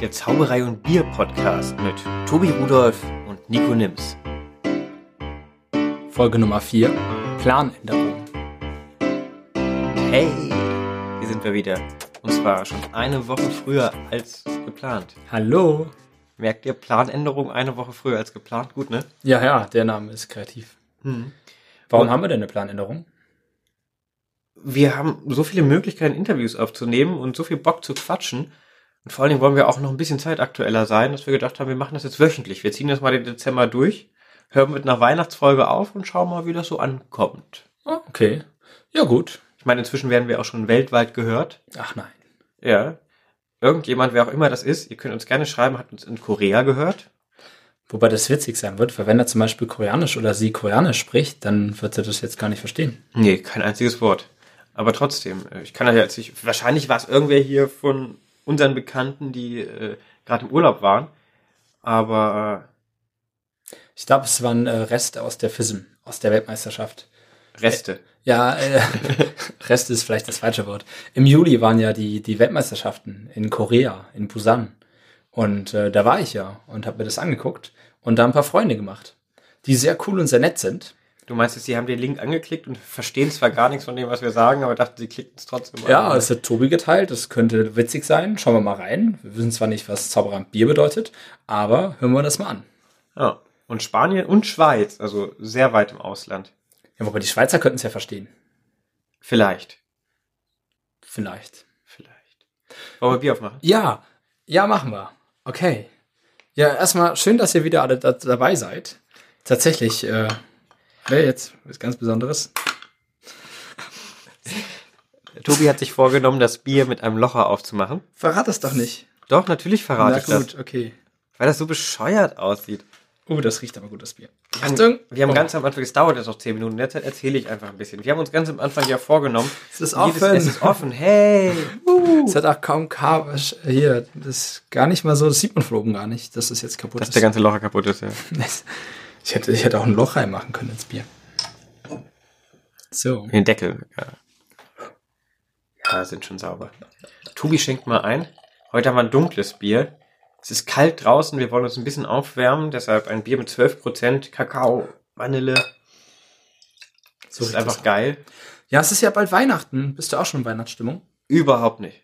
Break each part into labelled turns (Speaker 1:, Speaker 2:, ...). Speaker 1: der Zauberei und Bier Podcast mit Tobi Rudolf und Nico Nims.
Speaker 2: Folge Nummer 4, Planänderung.
Speaker 1: Hey, hier sind wir wieder. Und zwar schon eine Woche früher als geplant.
Speaker 2: Hallo.
Speaker 1: Merkt ihr Planänderung eine Woche früher als geplant? Gut, ne?
Speaker 2: Ja, ja, der Name ist kreativ. Warum haben wir denn eine Planänderung?
Speaker 1: Wir haben so viele Möglichkeiten, Interviews aufzunehmen und so viel Bock zu quatschen. Und vor allen Dingen wollen wir auch noch ein bisschen zeitaktueller sein, dass wir gedacht haben, wir machen das jetzt wöchentlich. Wir ziehen das mal den Dezember durch, hören mit einer Weihnachtsfolge auf und schauen mal, wie das so ankommt.
Speaker 2: Ah, okay. Ja, gut.
Speaker 1: Ich meine, inzwischen werden wir auch schon weltweit gehört.
Speaker 2: Ach nein.
Speaker 1: Ja. Irgendjemand, wer auch immer das ist, ihr könnt uns gerne schreiben, hat uns in Korea gehört.
Speaker 2: Wobei das witzig sein wird, weil wenn er zum Beispiel Koreanisch oder sie Koreanisch spricht, dann wird er das jetzt gar nicht verstehen.
Speaker 1: Nee, kein einziges Wort. Aber trotzdem, äh, ich kann das ja jetzt nicht. Wahrscheinlich war es irgendwer hier von unseren Bekannten, die äh, gerade im Urlaub waren. Aber äh,
Speaker 2: Ich glaube, es waren äh, Reste aus der FISM, aus der Weltmeisterschaft.
Speaker 1: äh, Reste.
Speaker 2: Ja, äh, Rest ist vielleicht das falsche Wort. Im Juli waren ja die, die Weltmeisterschaften in Korea, in Busan. Und äh, da war ich ja und habe mir das angeguckt und da ein paar Freunde gemacht, die sehr cool und sehr nett sind.
Speaker 1: Du meinst jetzt, sie haben den Link angeklickt und verstehen zwar gar nichts von dem, was wir sagen, aber dachten, sie klicken es trotzdem Also,
Speaker 2: Ja,
Speaker 1: an.
Speaker 2: es hat Tobi geteilt, das könnte witzig sein. Schauen wir mal rein. Wir wissen zwar nicht, was Zauberer am Bier bedeutet, aber hören wir das mal an.
Speaker 1: Ja. Und Spanien und Schweiz, also sehr weit im Ausland.
Speaker 2: Ja, wobei die Schweizer könnten es ja verstehen.
Speaker 1: Vielleicht.
Speaker 2: Vielleicht.
Speaker 1: Vielleicht. Wollen wir Bier aufmachen?
Speaker 2: Ja, ja, machen wir. Okay. Ja, erstmal schön, dass ihr wieder alle da dabei seid. Tatsächlich, äh, wer jetzt? Was ganz Besonderes.
Speaker 1: Tobi hat sich vorgenommen, das Bier mit einem Locher aufzumachen.
Speaker 2: Verrat es doch nicht.
Speaker 1: Doch, natürlich verrate ich
Speaker 2: Na
Speaker 1: das.
Speaker 2: gut, okay.
Speaker 1: Weil das so bescheuert aussieht.
Speaker 2: Oh, das riecht aber gut, das Bier.
Speaker 1: Achtung! Wir haben
Speaker 2: Oh,
Speaker 1: ganz am Anfang, es dauert jetzt noch 10 Minuten, in der Zeit erzähle ich einfach ein bisschen. Wir haben uns ganz am Anfang ja vorgenommen.
Speaker 2: Es ist
Speaker 1: jedes-
Speaker 2: offen.
Speaker 1: Es ist offen, hey!
Speaker 2: Es hat auch kaum Kabel. Hier, das ist gar nicht mal so, das sieht man von oben gar nicht, dass es jetzt kaputt
Speaker 1: Dass
Speaker 2: ist.
Speaker 1: der ganze Locher kaputt ist, ja.
Speaker 2: Ich hätte, ich hätte auch ein Loch reinmachen können ins Bier. So.
Speaker 1: In Den Deckel, ja. Ja, sind schon sauber. Tobi schenkt mal ein. Heute haben wir ein dunkles Bier. Es ist kalt draußen, wir wollen uns ein bisschen aufwärmen, deshalb ein Bier mit 12% Kakao, Vanille. Das
Speaker 2: So
Speaker 1: ist
Speaker 2: riecht
Speaker 1: einfach
Speaker 2: das.
Speaker 1: geil.
Speaker 2: Ja, es ist ja bald Weihnachten. Bist du auch schon in Weihnachtsstimmung?
Speaker 1: Überhaupt nicht.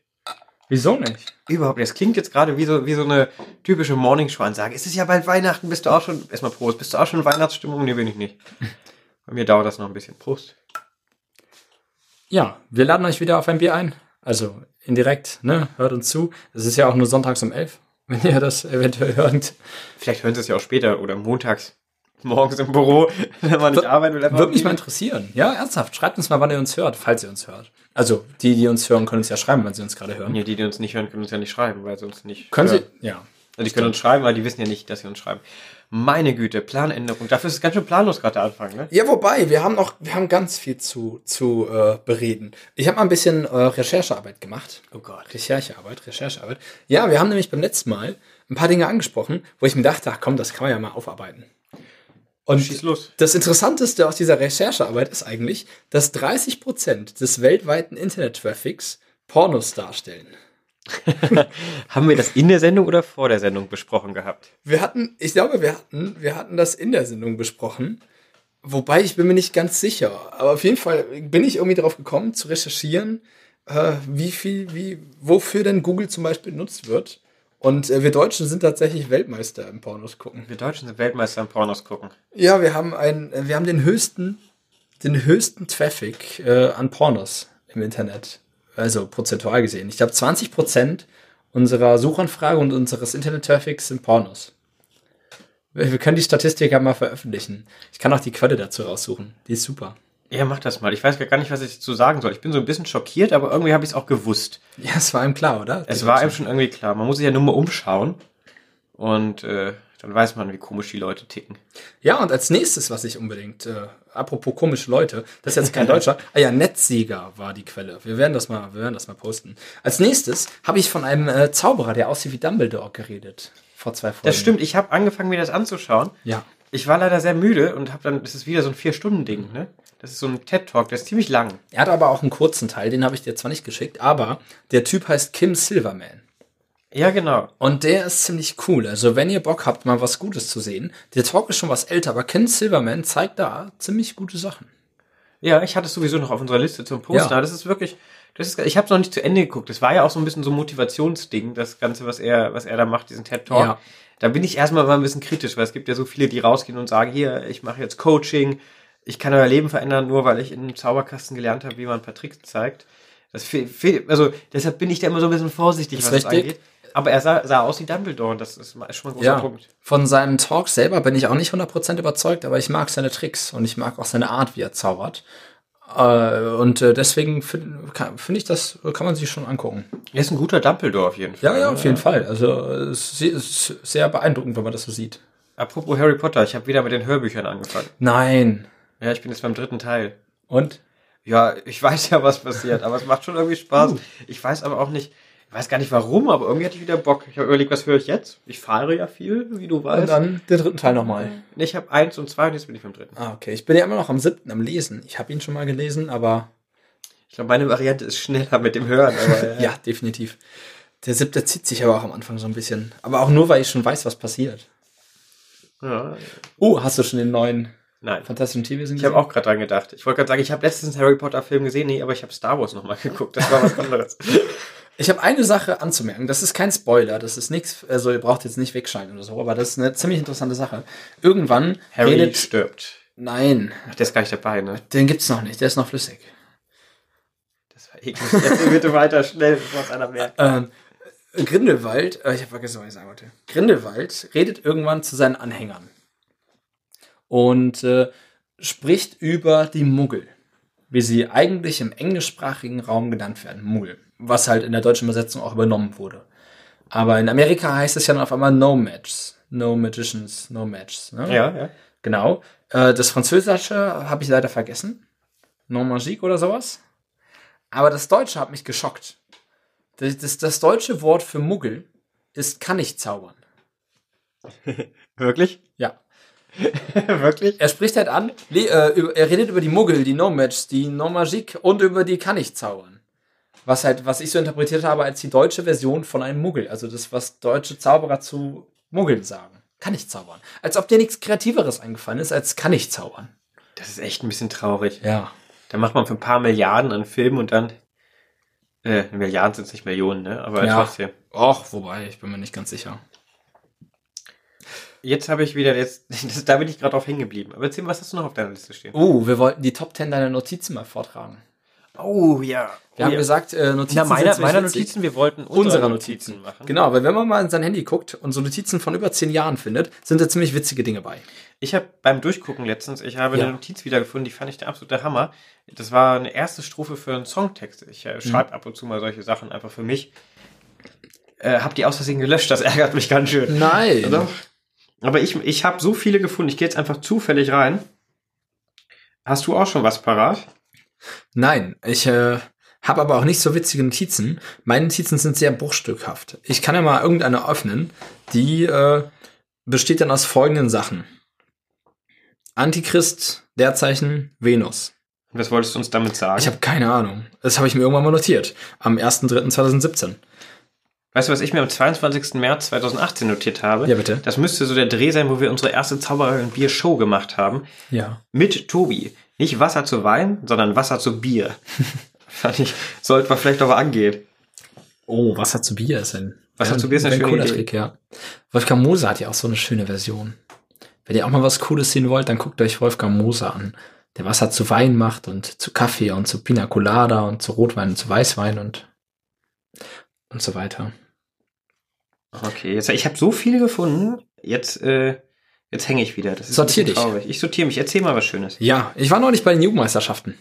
Speaker 2: Wieso nicht?
Speaker 1: Überhaupt, nicht. das klingt jetzt gerade wie so, wie so eine typische Morningshow-Ansage. Es ist ja bald Weihnachten, bist du auch schon, erstmal Prost, bist du auch schon in Weihnachtsstimmung? Nee, bin ich nicht. Bei mir dauert das noch ein bisschen. Prost.
Speaker 2: Ja, wir laden euch wieder auf ein Bier ein. Also indirekt, ne? Hört uns zu. Es ist ja auch nur sonntags um elf, wenn ihr das eventuell hört.
Speaker 1: Vielleicht hören sie es ja auch später oder montags, morgens im Büro, wenn man nicht arbeiten will. einfach-
Speaker 2: Würde mich mal interessieren. Ja, ernsthaft. Schreibt uns mal, wann ihr uns hört, falls ihr uns hört. Also, die, die uns hören, können uns ja schreiben, wenn sie uns gerade hören.
Speaker 1: Nee, die, die uns nicht hören, können uns ja nicht schreiben, weil sie uns nicht.
Speaker 2: Können
Speaker 1: hören.
Speaker 2: sie? Ja.
Speaker 1: Also die können uns schreiben, weil die wissen ja nicht, dass sie uns schreiben. Meine Güte, Planänderung. Dafür ist es ganz schön planlos gerade der Anfang, ne?
Speaker 2: Ja, wobei, wir haben noch, wir haben ganz viel zu, zu äh, bereden. Ich habe mal ein bisschen äh, Recherchearbeit gemacht.
Speaker 1: Oh Gott.
Speaker 2: Recherchearbeit, Recherchearbeit. Ja, wir haben nämlich beim letzten Mal ein paar Dinge angesprochen, wo ich mir dachte, ach komm, das kann man ja mal aufarbeiten. Und
Speaker 1: Schieß los.
Speaker 2: das Interessanteste aus dieser Recherchearbeit ist eigentlich, dass 30% des weltweiten Internet-Traffics Pornos darstellen.
Speaker 1: Haben wir das in der Sendung oder vor der Sendung besprochen gehabt?
Speaker 2: Wir hatten, ich glaube, wir hatten, wir hatten das in der Sendung besprochen. Wobei ich bin mir nicht ganz sicher. Aber auf jeden Fall bin ich irgendwie darauf gekommen, zu recherchieren, äh, wie viel, wie, wofür denn Google zum Beispiel genutzt wird. Und äh, wir Deutschen sind tatsächlich Weltmeister im Pornos gucken.
Speaker 1: Wir Deutschen sind Weltmeister im Pornos gucken.
Speaker 2: Ja, wir haben einen, äh, wir haben den höchsten, den höchsten Traffic äh, an Pornos im Internet. Also prozentual gesehen. Ich glaube, 20 Prozent unserer Suchanfrage und unseres Internet-Traffics sind Pornos. Wir wir können die Statistik ja mal veröffentlichen. Ich kann auch die Quelle dazu raussuchen. Die ist super.
Speaker 1: Ja, mach das mal. Ich weiß gar nicht, was ich dazu sagen soll. Ich bin so ein bisschen schockiert, aber irgendwie habe ich es auch gewusst.
Speaker 2: Ja, es war einem klar, oder?
Speaker 1: Es war einem schon irgendwie klar. Man muss sich ja nur mal umschauen. Und äh, dann weiß man, wie komisch die Leute ticken.
Speaker 2: Ja, und als nächstes, was ich unbedingt, äh, apropos komische Leute, das ist jetzt kein Deutscher, ah ja, Netzsieger war die Quelle. Wir werden das mal, wir werden das mal posten. Als nächstes habe ich von einem äh, Zauberer, der aussieht wie Dumbledore, geredet. Vor zwei Folgen.
Speaker 1: Das stimmt, ich habe angefangen, mir das anzuschauen.
Speaker 2: Ja.
Speaker 1: Ich war leider sehr müde und habe dann, das ist wieder so ein Vier-Stunden-Ding, ne? Das ist so ein TED-Talk, der ist ziemlich lang.
Speaker 2: Er hat aber auch einen kurzen Teil, den habe ich dir zwar nicht geschickt, aber der Typ heißt Kim Silverman.
Speaker 1: Ja, genau.
Speaker 2: Und der ist ziemlich cool. Also wenn ihr Bock habt, mal was Gutes zu sehen. Der Talk ist schon was älter, aber Ken Silverman zeigt da ziemlich gute Sachen.
Speaker 1: Ja, ich hatte es sowieso noch auf unserer Liste zum Posten.
Speaker 2: Ja.
Speaker 1: aber Das ist wirklich, das ist, ich habe es noch nicht zu Ende geguckt. Das war ja auch so ein bisschen so ein Motivationsding, das Ganze, was er, was er da macht, diesen TED Talk.
Speaker 2: Ja.
Speaker 1: Da bin ich erstmal mal ein bisschen kritisch, weil es gibt ja so viele, die rausgehen und sagen, hier, ich mache jetzt Coaching, ich kann euer Leben verändern, nur weil ich in einem Zauberkasten gelernt habe, wie man ein paar Tricks zeigt. Das fehl, fehl, also deshalb bin ich da immer so ein bisschen vorsichtig,
Speaker 2: Ist
Speaker 1: was das
Speaker 2: richtig.
Speaker 1: angeht. Aber er sah, sah aus wie Dumbledore und das ist mal- ist schon mal ein großer
Speaker 2: Ja.
Speaker 1: Punkt.
Speaker 2: Von seinem Talk selber bin ich auch nicht 100% überzeugt, aber ich mag seine Tricks und ich mag auch seine Art, wie er zaubert. Äh, und äh, deswegen finde find ich das, kann man sich schon angucken.
Speaker 1: Er ist ein guter Dumbledore auf jeden Fall.
Speaker 2: Ja, ja, auf jeden Fall. Also äh, es ist sehr beeindruckend, wenn man das so sieht.
Speaker 1: Apropos Harry Potter, ich habe wieder mit den Hörbüchern angefangen.
Speaker 2: Nein.
Speaker 1: Ja, ich bin jetzt beim dritten Teil.
Speaker 2: Und?
Speaker 1: Ja, ich weiß ja, was passiert, aber es macht schon irgendwie Spaß. Ich weiß aber auch nicht, ich weiß gar nicht warum, aber irgendwie hatte ich wieder Bock. Ich habe überlegt, was höre ich jetzt? Ich fahre ja viel, wie du weißt.
Speaker 2: Und dann den dritten Teil nochmal.
Speaker 1: Nee, ich habe eins und zwei und jetzt bin ich beim dritten.
Speaker 2: Ah, okay. Ich bin ja immer noch am siebten am Lesen. Ich habe ihn schon mal gelesen, aber
Speaker 1: Ich glaube, meine Variante ist schneller mit dem Hören. Aber, äh,
Speaker 2: ja, definitiv. Der siebte zieht sich aber auch am Anfang so ein bisschen. Aber auch nur, weil ich schon weiß, was passiert.
Speaker 1: ja.
Speaker 2: Oh, hast du schon den neuen
Speaker 1: Nein.
Speaker 2: Fantastischen Tierwesen
Speaker 1: Ich habe auch gerade dran gedacht. Ich wollte gerade sagen, ich habe letztens einen Harry Potter Film gesehen, nee, aber ich habe Star Wars nochmal geguckt. Das war was anderes.
Speaker 2: Ich habe eine Sache anzumerken. Das ist kein Spoiler. Das ist nichts. Also ihr braucht jetzt nicht wegschalten oder so. Aber das ist eine ziemlich interessante Sache. Irgendwann
Speaker 1: Harry stirbt.
Speaker 2: Nein,
Speaker 1: Ach, der ist gar nicht dabei, ne?
Speaker 2: den gibt's noch nicht. Der ist noch flüssig.
Speaker 1: Das war eklig. Jetzt bitte weiter schnell, bevor es einer merkt.
Speaker 2: Ähm, Grindelwald, äh, ich habe vergessen, was ich sagen wollte. Grindelwald redet irgendwann zu seinen Anhängern und äh, spricht über die Muggel, wie sie eigentlich im englischsprachigen Raum genannt werden, Muggel, was halt in der deutschen Übersetzung auch übernommen wurde. Aber in Amerika heißt es ja dann auf einmal No Matches, No Magicians, No Matches. Ne?
Speaker 1: Ja, ja.
Speaker 2: Genau. Äh, das Französische habe ich leider vergessen. Non magique oder sowas. Aber das Deutsche hat mich geschockt. Das, das, das deutsche Wort für Muggel ist kann ich zaubern.
Speaker 1: Wirklich?
Speaker 2: Ja.
Speaker 1: Wirklich?
Speaker 2: Er spricht halt an, le- äh, über- er redet über die Muggel, die No-Match, die Non-Magique und über die kann ich zaubern. Was halt, was ich so interpretiert habe als die deutsche Version von einem Muggel. Also das, was deutsche Zauberer zu Muggeln sagen. Kann ich zaubern. Als ob dir nichts Kreativeres eingefallen ist, als kann ich zaubern.
Speaker 1: Das ist echt ein bisschen traurig.
Speaker 2: Ja.
Speaker 1: Da macht man für ein paar Milliarden an Filmen und dann. Äh, Milliarden sind es nicht Millionen, ne? Aber
Speaker 2: Ja.
Speaker 1: trotzdem.
Speaker 2: Och, wobei, ich bin mir nicht ganz sicher.
Speaker 1: Jetzt habe ich wieder jetzt. Das, da bin ich gerade drauf hängen geblieben. Aber erzähl, mal, was hast du noch auf deiner Liste stehen?
Speaker 2: Oh, wir wollten die Top 10 deiner Notizen mal vortragen.
Speaker 1: Oh ja.
Speaker 2: Wir haben gesagt, äh, Notizen
Speaker 1: Na, meiner,
Speaker 2: sind
Speaker 1: meiner
Speaker 2: witzig.
Speaker 1: Notizen, wir wollten
Speaker 2: unserer Notizen.
Speaker 1: machen.
Speaker 2: Genau, weil wenn man mal in sein Handy guckt und so Notizen von über zehn Jahren findet, sind da ziemlich witzige Dinge bei.
Speaker 1: Ich habe beim Durchgucken letztens, ich habe
Speaker 2: Ja.
Speaker 1: eine Notiz wiedergefunden, die fand ich der absolute Hammer. Das war eine erste Strophe für einen Songtext. Ich
Speaker 2: Mhm.
Speaker 1: äh, schreibe ab und zu mal solche Sachen einfach für mich. Äh, hab die aus Versehen gelöscht, das ärgert mich ganz schön.
Speaker 2: Nein.
Speaker 1: Oder? Aber ich, ich habe so viele gefunden. Ich gehe jetzt einfach zufällig rein. Hast du auch schon was parat?
Speaker 2: Nein, ich äh, habe aber auch nicht so witzige Notizen. Meine Notizen sind sehr bruchstückhaft. Ich kann ja mal irgendeine öffnen, die äh, besteht dann aus folgenden Sachen. Antichrist, Leerzeichen, Venus.
Speaker 1: Und Was wolltest du uns damit sagen?
Speaker 2: Also Ich habe keine Ahnung. Das habe ich mir irgendwann mal notiert. Am 1.3.2017.
Speaker 1: weißt du, was ich mir am 22. März 2018 notiert habe?
Speaker 2: Ja, bitte.
Speaker 1: Das müsste so der Dreh sein, wo wir unsere erste Zauberer und Bier Show gemacht haben.
Speaker 2: Ja.
Speaker 1: Mit Tobi. Nicht Wasser zu Wein, sondern Wasser zu Bier. Fand ich, sollte man vielleicht noch mal angehen.
Speaker 2: Oh, Wasser zu Bier ist ein
Speaker 1: Wasser zu Bier ist eine schöne
Speaker 2: cooler
Speaker 1: Idee.
Speaker 2: Trick, ja. Wolfgang Moser hat ja auch so eine schöne Version. Wenn ihr auch mal was Cooles sehen wollt, dann guckt euch Wolfgang Moser an, der Wasser zu Wein macht und zu Kaffee und zu Pina Colada und zu Rotwein und zu Weißwein und und so weiter.
Speaker 1: Okay, jetzt, ich habe so viele gefunden. Jetzt, äh, jetzt hänge ich wieder. Das ist ein
Speaker 2: Sortier
Speaker 1: bisschen
Speaker 2: dich.
Speaker 1: Traurig. Ich sortiere mich. Erzähl mal was Schönes.
Speaker 2: Ja, ich war noch nicht bei den Jugendmeisterschaften.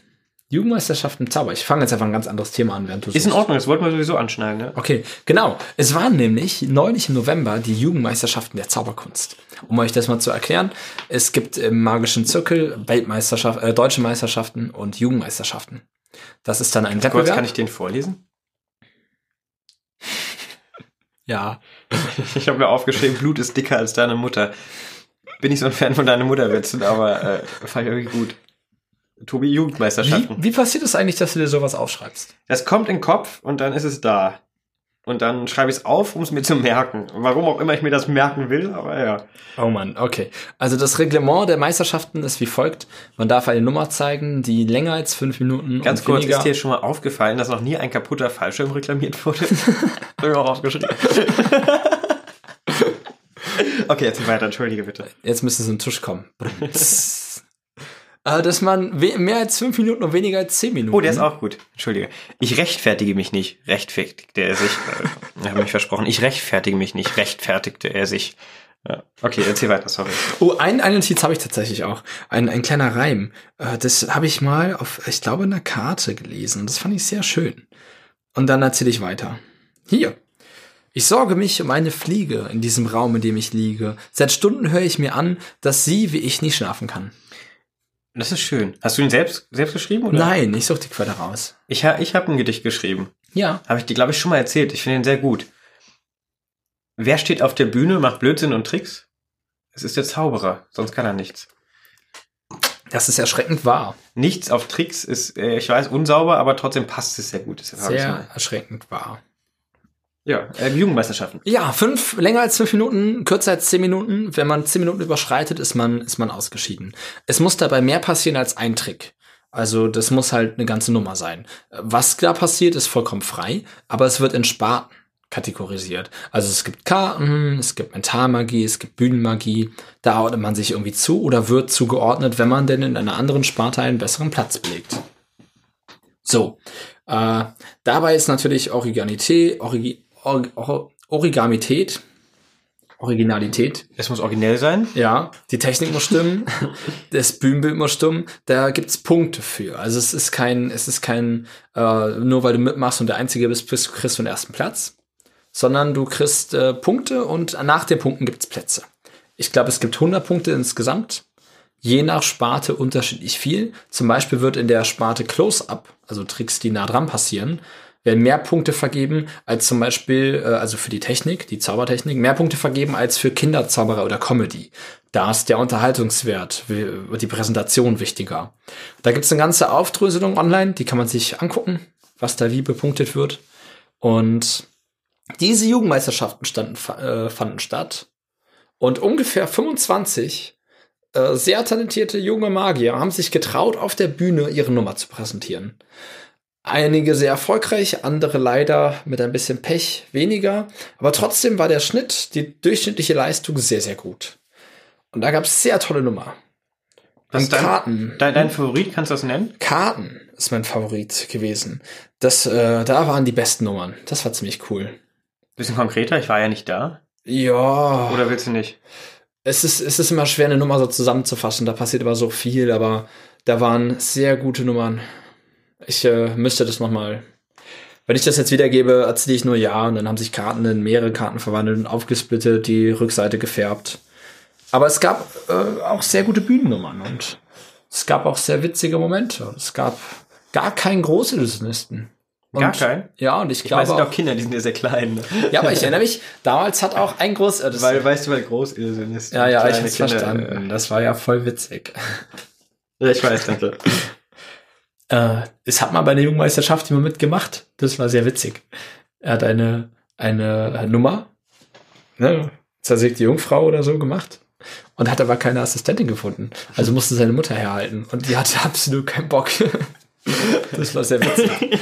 Speaker 2: Jugendmeisterschaften Zauber. Ich fange jetzt einfach ein ganz anderes Thema an, während du
Speaker 1: Ist in
Speaker 2: suchst.
Speaker 1: Ordnung, das wollten wir sowieso anschneiden, ne?
Speaker 2: Okay, genau. Es waren nämlich neulich im November die Jugendmeisterschaften der Zauberkunst. Um euch das mal zu erklären, es gibt im magischen Zirkel Weltmeisterschaft, äh, deutsche Meisterschaften und Jugendmeisterschaften. Das ist dann ein
Speaker 1: Kurz,
Speaker 2: Wettbewerb.
Speaker 1: kann ich den vorlesen?
Speaker 2: ja.
Speaker 1: Ich habe mir aufgeschrieben, Blut ist dicker als deine Mutter. Bin ich so ein Fan von deinem Mutterwitzen, aber äh, fand ich irgendwie gut. Tobi
Speaker 2: Wie,
Speaker 1: Jugendmeisterschaften.
Speaker 2: wie passiert es eigentlich, dass du dir sowas aufschreibst?
Speaker 1: Das kommt in den Kopf und dann ist es da. und dann schreibe ich es auf, um es mir zu merken. Warum auch immer ich mir das merken will, aber ja.
Speaker 2: Oh Mann, okay. Also das Reglement der Meisterschaften ist wie folgt. Man darf eine Nummer zeigen, die länger als fünf Minuten
Speaker 1: Ganz
Speaker 2: und
Speaker 1: kurz,
Speaker 2: weniger-
Speaker 1: ist dir schon mal aufgefallen, dass noch nie ein kaputter Fallschirm reklamiert wurde? Hab ich auch aufgeschrieben. okay, jetzt weiter, entschuldige bitte.
Speaker 2: Jetzt müssen sie in den Tisch kommen. Brumms. äh, dass man we- mehr als fünf Minuten und weniger als zehn Minuten.
Speaker 1: Oh, der ist auch gut. Entschuldige. Ich rechtfertige mich nicht. Rechtfertigte er sich. Äh, ich habe mich versprochen. Ich rechtfertige mich nicht. Rechtfertigte er sich. Ja. Okay, erzähl weiter, sorry.
Speaker 2: Oh, einen, einen Notiz habe ich tatsächlich auch. Ein, ein kleiner Reim. Äh, Das habe ich mal auf, ich glaube, einer Karte gelesen. Das fand ich sehr schön. Und dann erzähle ich weiter. Hier. Ich sorge mich um eine Fliege in diesem Raum, in dem ich liege. Seit Stunden höre ich mir an, dass sie wie ich nicht schlafen kann.
Speaker 1: Das ist schön. Hast du ihn selbst, selbst geschrieben? Oder?
Speaker 2: Nein, ich suche die Quelle raus.
Speaker 1: Ich, ha- ich habe ein Gedicht geschrieben.
Speaker 2: Ja.
Speaker 1: Habe ich dir, glaube ich, schon mal erzählt. Ich finde ihn sehr gut. Wer steht auf der Bühne, macht Blödsinn und Tricks? Es ist der Zauberer, sonst kann er nichts.
Speaker 2: Das ist erschreckend wahr.
Speaker 1: Nichts auf Tricks ist, äh, ich weiß, unsauber, aber trotzdem passt es sehr gut. Deshalb habe ich's
Speaker 2: Sehr
Speaker 1: mal.
Speaker 2: erschreckend wahr.
Speaker 1: Ja, äh, Jugendmeisterschaften.
Speaker 2: Ja, fünf, länger als fünf Minuten, kürzer als zehn Minuten. Wenn man zehn Minuten überschreitet, ist man, ist man ausgeschieden. Es muss dabei mehr passieren als ein Trick. Also, das muss halt eine ganze Nummer sein. Was da passiert, ist vollkommen frei, aber es wird in Sparten kategorisiert. Also, es gibt Karten, es gibt Mentalmagie, es gibt Bühnenmagie. Da ordnet man sich irgendwie zu oder wird zugeordnet, wenn man denn in einer anderen Sparte einen besseren Platz belegt. So. Äh, dabei ist natürlich Originalität, Origi, Or, Or, Origamität, Originalität,
Speaker 1: Es muss originell sein.
Speaker 2: ja, die Technik muss stimmen, das Bühnenbild muss stimmen, da gibt's Punkte für. Also es ist kein, es ist kein, äh, nur weil du mitmachst und der Einzige bist, bist kriegst du den ersten Platz, sondern du kriegst äh, Punkte und nach den Punkten gibt's Plätze. Ich glaube, es gibt 100 Punkte insgesamt je nach Sparte unterschiedlich viel. Zum Beispiel wird in der Sparte Close-Up, also Tricks, die nah dran passieren, werden mehr Punkte vergeben als zum Beispiel, äh, also für die Technik, die Zaubertechnik, mehr Punkte vergeben als für Kinderzauberer oder Comedy. Da ist der Unterhaltungswert, wi- die Präsentation wichtiger. Da gibt's eine ganze Aufdröselung online, die kann man sich angucken, was da wie bepunktet wird. Und diese Jugendmeisterschaften standen, fa- äh, fanden statt. Und ungefähr 25 äh, sehr talentierte junge Magier haben sich getraut, auf der Bühne ihre Nummer zu präsentieren. Einige sehr erfolgreich, andere leider mit ein bisschen Pech weniger. Aber trotzdem war der Schnitt, die durchschnittliche Leistung sehr, sehr gut. Und da gab es sehr tolle Nummer.
Speaker 1: Was
Speaker 2: An
Speaker 1: ist dein-
Speaker 2: Karten.
Speaker 1: Dein, dein Favorit, kannst du das nennen?
Speaker 2: Karten ist mein Favorit gewesen. Das, äh, da waren die besten Nummern. Das war ziemlich cool.
Speaker 1: Bisschen konkreter, ich war ja nicht da.
Speaker 2: Ja.
Speaker 1: Oder willst du nicht?
Speaker 2: es ist, es ist immer schwer, eine Nummer so zusammenzufassen. Da passiert immer so viel, aber da waren sehr gute Nummern. Ich äh, müsste das nochmal. Wenn ich das jetzt wiedergebe, erzähle ich nur ja und dann haben sich Karten in mehrere Karten verwandelt und aufgesplittet, die Rückseite gefärbt. Aber es gab äh, auch sehr gute Bühnennummern und es gab auch sehr witzige Momente. Es gab gar keinen Großillusionisten. Und-
Speaker 1: Gar keinen?
Speaker 2: Ja, und ich
Speaker 1: Ich meine, es
Speaker 2: glaube.
Speaker 1: sind auch
Speaker 2: auch,
Speaker 1: Kinder, die sind ja sehr klein. Ne?
Speaker 2: ja, aber ich erinnere mich, damals hat auch ein äh, Großillusionist.
Speaker 1: Weil, weißt du, weil Großillusion ist.
Speaker 2: Ja, ja, ich
Speaker 1: Kleine
Speaker 2: hab's
Speaker 1: Kinder,
Speaker 2: verstanden. Das war ja voll witzig.
Speaker 1: äh, Ja, ich weiß, danke.
Speaker 2: Äh, das hat man bei der Jugendmeisterschaft immer mitgemacht. Das war sehr witzig. Er hat eine, eine Nummer, ne, zersägte Jungfrau oder so gemacht und hat aber keine Assistentin gefunden. Also musste seine Mutter herhalten und die hatte absolut keinen Bock. Das war sehr witzig.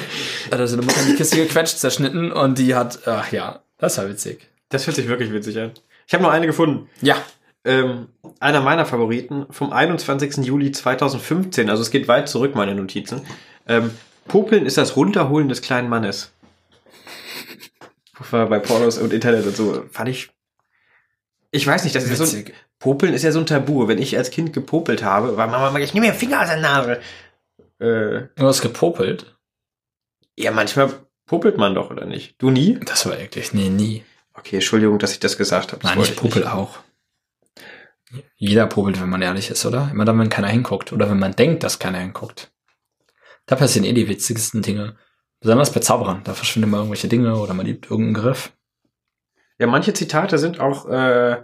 Speaker 2: Hat er seine Mutter in die Kiste gequetscht, zerschnitten und die hat, ach ja, das war witzig.
Speaker 1: Das hört sich wirklich witzig an. Ich habe noch eine gefunden.
Speaker 2: Ja,
Speaker 1: Ähm, einer meiner Favoriten vom 21. Juli 2015. Also es geht weit zurück, meine Notizen. Ähm, Popeln ist das Runterholen des kleinen Mannes. War bei Pornos und Internet und so. Fand ich. Ich weiß nicht, das ist ja so ein,
Speaker 2: witzig.
Speaker 1: Popeln ist ja so ein Tabu. Wenn ich als Kind gepopelt habe, war Mama, ich nehme mir den Finger aus der Nase. Äh,
Speaker 2: Du hast gepopelt?
Speaker 1: ja, manchmal popelt man doch, oder nicht? Du nie?
Speaker 2: Das war eklig. Nee, nie.
Speaker 1: Okay, Entschuldigung, dass ich das gesagt habe. Das
Speaker 2: Nein,
Speaker 1: wollte
Speaker 2: ich popel auch. Jeder popelt, wenn man ehrlich ist, oder? Immer dann, wenn keiner hinguckt. Oder wenn man denkt, dass keiner hinguckt. Da passieren eh die witzigsten Dinge. Besonders bei Zauberern. Da verschwinden mal irgendwelche Dinge oder man übt irgendeinen Griff.
Speaker 1: Ja, manche Zitate sind auch äh,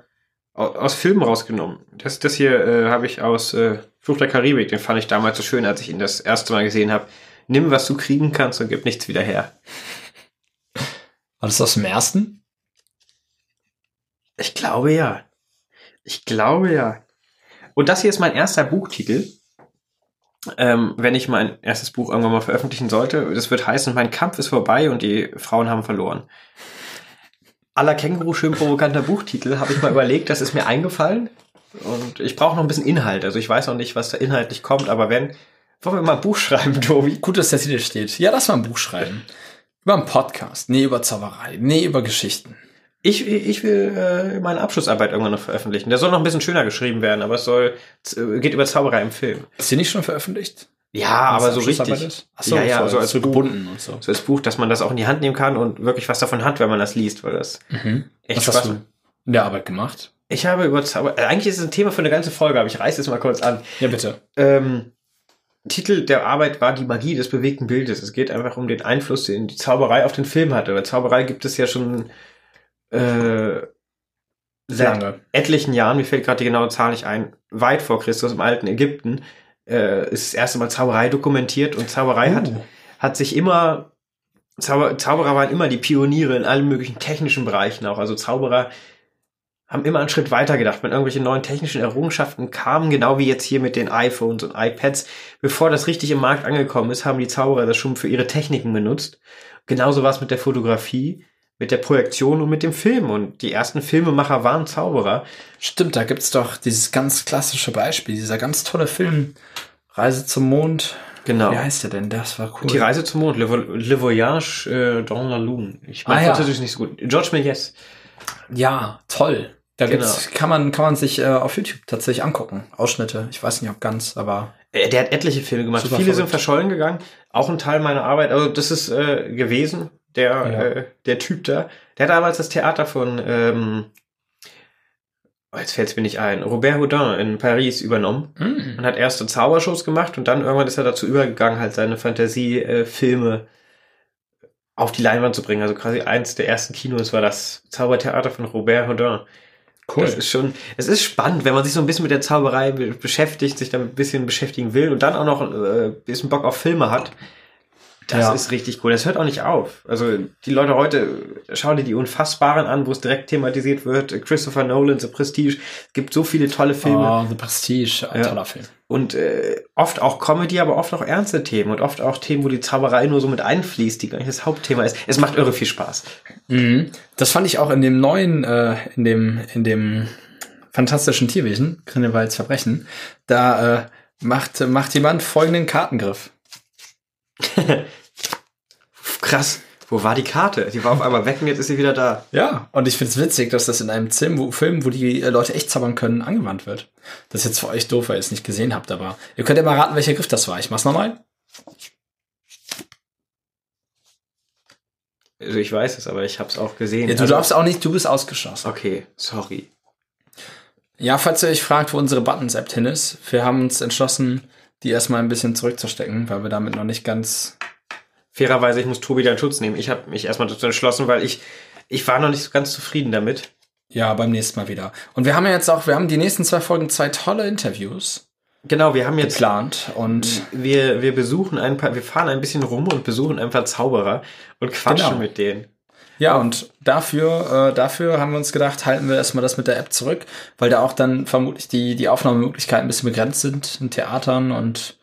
Speaker 1: au- aus Filmen rausgenommen. Das, das hier äh, habe ich aus äh, Flucht der Karibik, den fand ich damals so schön, als ich ihn das erste Mal gesehen habe. Nimm, was du kriegen kannst und gib nichts wieder her.
Speaker 2: War das aus dem ersten?
Speaker 1: Ich glaube ja. Ich glaube ja. Und das hier ist mein erster Buchtitel. Ähm, wenn ich mein erstes Buch irgendwann mal veröffentlichen sollte, das wird heißen, mein Kampf ist vorbei und die Frauen haben verloren. Aller Känguru, schön provokanter Buchtitel, habe ich mal überlegt, das ist mir eingefallen. Und ich brauche noch ein bisschen Inhalt. Also ich weiß noch nicht, was da inhaltlich kommt, aber wenn, wollen wir mal ein Buch schreiben, Tobi?
Speaker 2: Gut, dass der Titel steht. Ja, lass mal ein Buch schreiben. Über einen Podcast. Nee, über Zauberei. Nee, über Geschichten.
Speaker 1: Ich, ich will äh, meine Abschlussarbeit irgendwann noch veröffentlichen. Der soll noch ein bisschen schöner geschrieben werden, aber es soll äh, geht über Zauberei im Film.
Speaker 2: Ist die nicht schon veröffentlicht?
Speaker 1: Ja, aber so
Speaker 2: Abschlussarbeit
Speaker 1: richtig.
Speaker 2: ist? Ach so,
Speaker 1: ja, ja, so
Speaker 2: so
Speaker 1: als
Speaker 2: also so
Speaker 1: Buch,
Speaker 2: gebunden und so.
Speaker 1: so als Buch, dass man das auch in die Hand nehmen kann und wirklich was davon hat, wenn man das liest, weil das Mhm. echt
Speaker 2: Was
Speaker 1: Spaß
Speaker 2: hast du in der Arbeit gemacht?
Speaker 1: Ich habe über Zauber. äh, Eigentlich ist es ein Thema für eine ganze Folge, aber ich reiße es mal kurz an.
Speaker 2: Ja, bitte.
Speaker 1: Ähm, Titel der Arbeit war die Magie des bewegten Bildes. Es geht einfach um den Einfluss, den die Zauberei auf den Film hatte. Bei Zauberei gibt es ja schon äh, seit
Speaker 2: Lange.
Speaker 1: etlichen Jahren, mir fällt gerade die genaue Zahl nicht ein, weit vor Christus im alten Ägypten, äh, ist das erste Mal Zauberei dokumentiert und Zauberei hat
Speaker 2: Uh,
Speaker 1: hat sich immer, Zauber, Zauberer waren immer die Pioniere in allen möglichen technischen Bereichen auch. Also Zauberer haben immer einen Schritt weiter gedacht, wenn irgendwelche neuen technischen Errungenschaften kamen, genau wie jetzt hier mit den iPhones und iPads. Bevor das richtig im Markt angekommen ist, haben die Zauberer das schon für ihre Techniken benutzt. Genauso war es mit der Fotografie, mit der Projektion und mit dem Film. Und die ersten Filmemacher waren Zauberer.
Speaker 2: Stimmt, da gibt's doch dieses ganz klassische Beispiel, dieser ganz tolle Film Reise zum Mond.
Speaker 1: Genau.
Speaker 2: Wie heißt der denn? Das war cool.
Speaker 1: Die Reise zum Mond, Le, Vo- Le Voyage äh, dans la Lune. Ich meine
Speaker 2: Ah, ja.
Speaker 1: Französisch nicht so gut. George Méliès.
Speaker 2: Ja, toll. Da
Speaker 1: Genau.
Speaker 2: gibt's, kann man kann man sich äh, auf YouTube tatsächlich angucken. Ausschnitte. Ich weiß nicht, ob ganz, aber
Speaker 1: Äh, Der hat etliche Filme gemacht.
Speaker 2: Super
Speaker 1: Viele sind
Speaker 2: verrückt.
Speaker 1: verschollen gegangen. Auch ein Teil meiner Arbeit. Also das ist äh, gewesen, der,
Speaker 2: Ja.
Speaker 1: äh, der Typ da. Der hat damals das Theater von, ähm, oh, jetzt fällt es mir nicht ein, Robert Houdin in Paris übernommen
Speaker 2: Mm.
Speaker 1: und hat erste Zaubershows gemacht und dann irgendwann ist er dazu übergegangen, halt seine Fantasie-Filme auf die Leinwand zu bringen. Also quasi eins der ersten Kinos war das Zaubertheater von Robert Houdin.
Speaker 2: cool.
Speaker 1: Das ist schon, es ist spannend, wenn man sich so ein bisschen mit der Zauberei be- beschäftigt, sich damit ein bisschen beschäftigen will und dann auch noch äh, ein bisschen Bock auf Filme hat. Das
Speaker 2: Ja.
Speaker 1: ist richtig cool. Das hört auch nicht auf. Also die Leute heute, schau dir die Unfassbaren an, wo es direkt thematisiert wird. Christopher Nolan, The Prestige. Es gibt so viele tolle Filme.
Speaker 2: Oh, The Prestige, ein
Speaker 1: Ja.
Speaker 2: toller Film.
Speaker 1: Und äh, oft auch Comedy, aber oft auch ernste Themen. Und oft auch Themen, wo die Zauberei nur so mit einfließt, die gar nicht das Hauptthema ist. Es macht irre viel Spaß.
Speaker 2: Mhm. Das fand ich auch in dem neuen, äh, in dem, in dem fantastischen Tierwesen, Grindelwalds Verbrechen, da äh, macht, macht jemand folgenden Kartengriff.
Speaker 1: Krass. Wo war die Karte? Die war auf einmal weg und jetzt ist sie wieder da.
Speaker 2: Ja, und ich find's witzig, dass das in einem Film, wo, Film, wo die äh, Leute echt zaubern können, angewandt wird. Das ist jetzt für euch doof, weil ihr es nicht gesehen habt, aber ihr könnt ja mal raten, welcher Griff das war. Ich mach's nochmal.
Speaker 1: Also ich weiß es, aber ich habe es auch gesehen.
Speaker 2: Ja, du
Speaker 1: also,
Speaker 2: darfst auch nicht, du bist ausgeschlossen.
Speaker 1: Okay, sorry.
Speaker 2: Ja, falls ihr euch fragt, wo unsere Buttons-App hin ist, wir haben uns entschlossen, die erstmal ein bisschen zurückzustecken, weil wir damit noch nicht ganz.
Speaker 1: Fairerweise, ich muss Tobi da in Schutz nehmen. Ich habe mich erstmal dazu entschlossen, weil ich ich war noch nicht so ganz zufrieden damit.
Speaker 2: Ja, beim nächsten Mal wieder. Und wir haben ja jetzt auch, wir haben die nächsten zwei Folgen zwei tolle Interviews
Speaker 1: Genau, wir haben jetzt
Speaker 2: geplant und
Speaker 1: wir wir besuchen ein paar, wir fahren ein bisschen rum und besuchen ein paar Zauberer und quatschen
Speaker 2: Genau.
Speaker 1: mit denen.
Speaker 2: Ja, und dafür, äh, dafür haben wir uns gedacht, halten wir erstmal das mit der App zurück, weil da auch dann vermutlich die, die Aufnahmemöglichkeiten ein bisschen begrenzt sind in Theatern und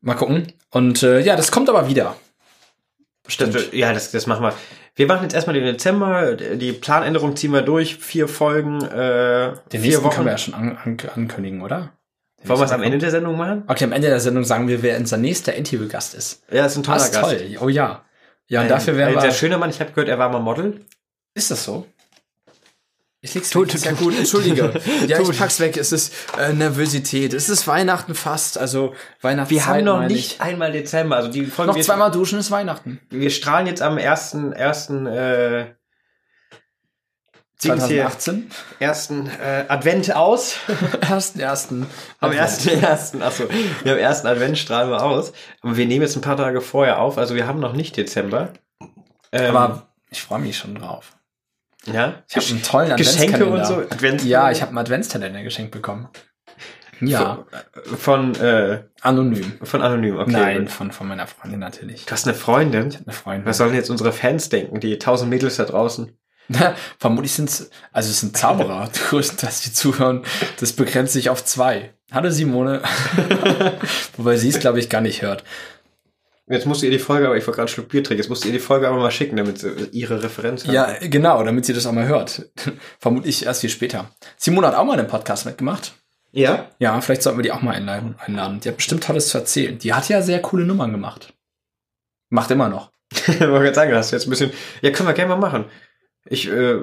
Speaker 2: mal gucken. Und äh, ja, das kommt aber wieder.
Speaker 1: Das,
Speaker 2: Bestimmt.
Speaker 1: ja, das, das machen wir. Wir machen jetzt erstmal den Dezember. Die Planänderung ziehen wir durch. Vier Folgen, äh,
Speaker 2: Den
Speaker 1: vier
Speaker 2: nächsten
Speaker 1: Wochen.
Speaker 2: können wir ja schon an, an, ankündigen, oder? Den
Speaker 1: Wollen wir es
Speaker 2: nächsten
Speaker 1: am Ende der Sendung machen?
Speaker 2: Okay, am Ende der Sendung sagen wir, wer unser nächster Interviewgast ist.
Speaker 1: Ja, ist ein toller
Speaker 2: Das ist
Speaker 1: Gast.
Speaker 2: toll. Oh ja. Ja, und
Speaker 1: Ein-
Speaker 2: dafür werden
Speaker 1: ein
Speaker 2: wir.
Speaker 1: sehr schöner Mann. Ich habe gehört, er war mal Model.
Speaker 2: Ist das so? Ich leg's
Speaker 1: Tut-
Speaker 2: weg. Ist ja gut, entschuldige. Ja,
Speaker 1: Tut-
Speaker 2: ich pack's weg. Es ist äh, Nervosität. Es ist Weihnachten fast, also Weihnachten.
Speaker 1: Wir haben noch nicht einmal Dezember. Also die Folge
Speaker 2: Noch
Speaker 1: wird-
Speaker 2: zweimal duschen ist Weihnachten.
Speaker 1: wir strahlen jetzt am ersten, ersten, äh, Dings hier,
Speaker 2: 2018.
Speaker 1: ersten äh, Advent aus.
Speaker 2: Ersten, ersten.
Speaker 1: Am
Speaker 2: Also,
Speaker 1: ersten, ersten, achso, wir am ersten Advent strahlen wir aus. Aber wir nehmen jetzt ein paar Tage vorher auf, also wir haben noch nicht Dezember. Ähm,
Speaker 2: Aber ich freue mich schon drauf.
Speaker 1: ja,
Speaker 2: Ich habe einen tollen
Speaker 1: Geschenke und
Speaker 2: Adventskalender.
Speaker 1: so. Advents
Speaker 2: Ja, ich habe einen Adventskalender geschenkt bekommen. Ja,
Speaker 1: Von, äh,
Speaker 2: anonym.
Speaker 1: von Anonym, okay.
Speaker 2: Nein,
Speaker 1: gut.
Speaker 2: von, von meiner Freundin natürlich.
Speaker 1: Du hast eine Freundin?
Speaker 2: Eine Freundin.
Speaker 1: Was sollen jetzt unsere Fans denken, die tausend Mädels da draußen?
Speaker 2: Vermutlich sind also es sind Zauberer, größtenteils die zuhören. Das begrenzt sich auf zwei. Hallo Simone. Wobei sie es, glaube ich, gar nicht hört.
Speaker 1: Jetzt musst du ihr die Folge, aber ich wollte gerade einen Schluck Bier trinken, jetzt musst du ihr die Folge aber mal schicken, damit sie ihre Referenz haben.
Speaker 2: Ja, genau, damit sie das auch mal hört. Vermutlich erst viel später. Simone hat auch mal einen Podcast mitgemacht.
Speaker 1: Ja?
Speaker 2: Ja, vielleicht sollten wir die auch mal einladen. einladen. Die hat bestimmt Tolles zu erzählen. Die hat ja sehr coole Nummern gemacht. Macht immer noch.
Speaker 1: Ich wollte gerade sagen, hast du jetzt ein bisschen. Ja, können wir gerne mal machen. Ich äh,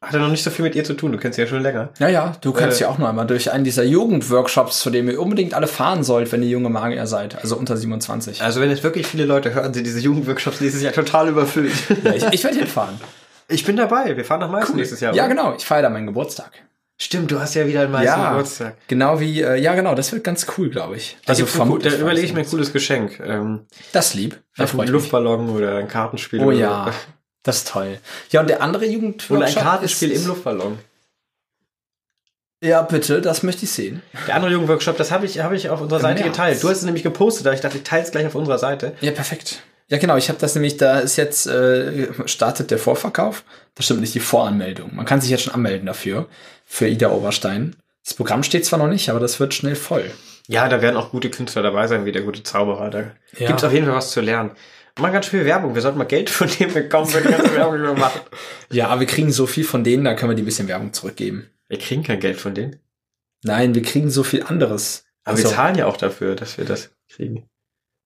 Speaker 1: hatte noch nicht so viel mit ihr zu tun, du kennst sie ja schon länger.
Speaker 2: Ja, ja, du kannst
Speaker 1: Äh.
Speaker 2: ja auch noch einmal durch einen dieser Jugendworkshops, zu dem ihr unbedingt alle fahren sollt, wenn ihr junge Magier seid. Also unter 27.
Speaker 1: Also wenn jetzt wirklich viele Leute hören, sind diese Jugendworkshops dieses Jahr total überfüllt.
Speaker 2: Ja, ich ich werde hinfahren.
Speaker 1: ich bin dabei, wir fahren nach Meißen nächstes Jahr.
Speaker 2: Ja,
Speaker 1: oder?
Speaker 2: genau. Ich feiere da meinen Geburtstag.
Speaker 1: genau. Stimmt, du hast ja wieder in Meißen
Speaker 2: Ja.
Speaker 1: Geburtstag.
Speaker 2: Genau wie, äh, ja, genau. Das wird ganz cool, glaube ich.
Speaker 1: Da gibt's ein cool- Da
Speaker 2: weiß
Speaker 1: überlege ich mir ein
Speaker 2: nicht.
Speaker 1: cooles Geschenk. Ähm,
Speaker 2: Das lieb. Da
Speaker 1: einen
Speaker 2: freue ich mich.
Speaker 1: Luftballon oder ein Kartenspiel.
Speaker 2: Oh
Speaker 1: oder
Speaker 2: ja. Das ist toll. Ja, und der andere Jugend.
Speaker 1: So. Oder ein Kartenspiel
Speaker 2: ist,
Speaker 1: im Luftballon.
Speaker 2: Ja, bitte. Das möchte ich sehen.
Speaker 1: Der andere Jugendworkshop, das habe ich, habe ich auf unserer Seite
Speaker 2: März.
Speaker 1: geteilt. Du hast es nämlich gepostet, aber ich dachte, ich teile es gleich auf unserer Seite.
Speaker 2: Ja, perfekt. Ja, genau. Ich habe das nämlich, da ist jetzt, äh, startet der Vorverkauf. Das stimmt nicht, die Voranmeldung. Man kann sich jetzt schon anmelden dafür. Für Ida Oberstein. Das Programm steht zwar noch nicht, aber das wird schnell voll.
Speaker 1: Ja, da werden auch gute Künstler dabei sein, wie der gute Zauberer. Da gibt's
Speaker 2: Ja.
Speaker 1: auf jeden Fall was zu lernen. Wir Machen ganz viel Werbung. Wir sollten mal Geld von dem bekommen, wenn wir die ganze Werbung die wir machen.
Speaker 2: Ja, aber wir kriegen so viel von denen, da können wir die ein bisschen Werbung zurückgeben.
Speaker 1: Wir kriegen kein Geld von denen.
Speaker 2: Nein, wir kriegen so viel anderes.
Speaker 1: Aber
Speaker 2: Also-
Speaker 1: wir zahlen ja auch dafür, dass wir das kriegen.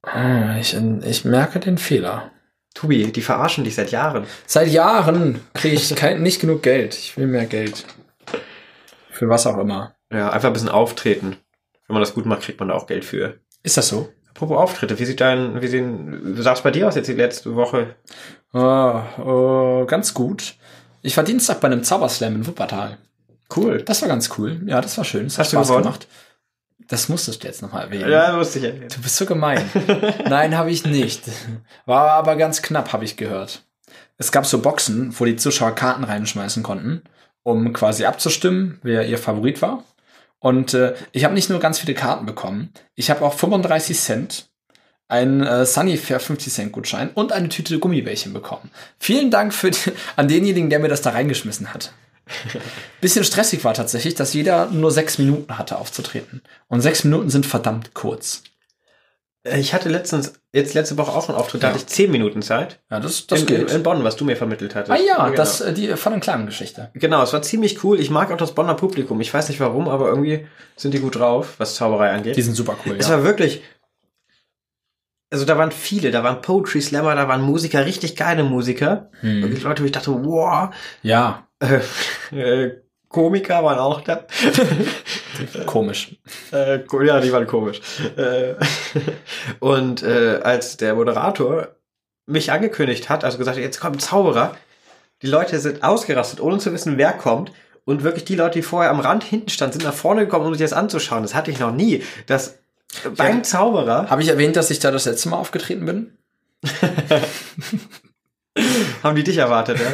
Speaker 2: Ah, Ich, ich merke den Fehler.
Speaker 1: Tobi, die verarschen dich seit Jahren.
Speaker 2: Seit Jahren kriege ich kein, nicht genug Geld. Ich will mehr Geld. Für was auch immer.
Speaker 1: Ja, einfach ein bisschen auftreten. Wenn man das gut macht, kriegt man da auch Geld für.
Speaker 2: Ist das so?
Speaker 1: Apropos Auftritte, wie sieht dein, wie sehen, wie sah es bei dir aus jetzt die letzte Woche?
Speaker 2: Ah, äh, ganz gut. Ich war Dienstag bei einem Zauberslam in Wuppertal.
Speaker 1: Cool.
Speaker 2: Das war ganz cool. Ja, das war schön. Das hat
Speaker 1: Hast du
Speaker 2: Spaß
Speaker 1: gewonnen?
Speaker 2: gemacht. Das musstest du jetzt nochmal erwähnen.
Speaker 1: Ja, wusste ich ja.
Speaker 2: Du bist so gemein. Nein, habe ich nicht. War aber ganz knapp, habe ich gehört. Es gab so Boxen, wo die Zuschauer Karten reinschmeißen konnten, um quasi abzustimmen, wer ihr Favorit war. Und äh, ich habe nicht nur ganz viele Karten bekommen, ich habe auch 35 Cent, einen äh, Sunny Fair 50 Cent Gutschein und eine Tüte Gummibärchen bekommen. Vielen Dank für die, an denjenigen, der mir das da reingeschmissen hat. Bisschen stressig war tatsächlich, dass jeder nur sechs Minuten hatte aufzutreten. Und sechs Minuten sind verdammt kurz.
Speaker 1: Äh, Ich hatte letztens, jetzt letzte Woche auch einen Auftritt, da
Speaker 2: Ja.
Speaker 1: hatte ich 10 Minuten Zeit.
Speaker 2: Ja, das,
Speaker 1: in, in, in Bonn, was du mir vermittelt hattest.
Speaker 2: ah ja,
Speaker 1: genau.
Speaker 2: das, äh, die von der kleinen Geschichte.
Speaker 1: Genau, es war ziemlich cool. Ich mag auch das Bonner Publikum. Ich weiß nicht warum, aber irgendwie sind die gut drauf, was Zauberei angeht.
Speaker 2: Die sind super cool.
Speaker 1: Es
Speaker 2: Ja.
Speaker 1: war wirklich. Also da waren viele, da waren Poetry Slammer, da waren Musiker, richtig geile Musiker. Wirklich Leute, wo ich dachte, wow.
Speaker 2: Hm. ja,
Speaker 1: Äh, äh, Komiker waren auch da.
Speaker 2: komisch.
Speaker 1: Äh, ko- ja, die waren komisch. Äh, und äh, als der Moderator mich angekündigt hat, also gesagt hat, jetzt kommt ein Zauberer, die Leute sind ausgerastet, ohne zu wissen, wer kommt. Und wirklich die Leute, die vorher am Rand hinten standen, sind nach vorne gekommen, um sich das anzuschauen. Das hatte ich noch nie. Das beim Zauberer
Speaker 2: Habe ich erwähnt, dass ich da das letzte Mal aufgetreten bin?
Speaker 1: haben die dich erwartet, ja?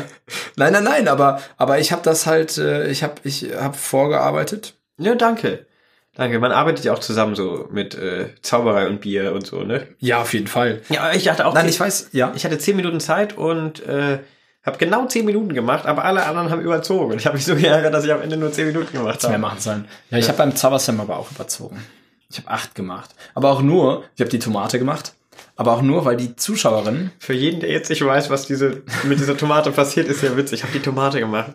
Speaker 2: Nein, nein, nein, aber, aber ich habe das halt, äh, ich habe ich hab vorgearbeitet.
Speaker 1: Ja, danke. Danke. Man arbeitet ja auch zusammen so mit äh, Zauberei und Bier und so, ne?
Speaker 2: Ja, auf jeden Fall.
Speaker 1: Ja, aber ich dachte auch,
Speaker 2: Nein, ich weiß, ja.
Speaker 1: Ich hatte zehn Minuten Zeit und äh, habe genau zehn Minuten gemacht, aber alle anderen haben überzogen. Ich habe mich so geärgert, dass ich am Ende nur zehn Minuten gemacht
Speaker 2: mehr
Speaker 1: habe.
Speaker 2: machen sollen. Ja, ich habe beim Zauberslam aber auch überzogen. Ich habe acht gemacht. Aber auch nur, ich habe die Tomate gemacht, aber auch nur, weil die Zuschauerin,
Speaker 1: Für jeden, der jetzt nicht weiß, was diese, mit dieser Tomate passiert, ist ja witzig. Ich habe die Tomate gemacht.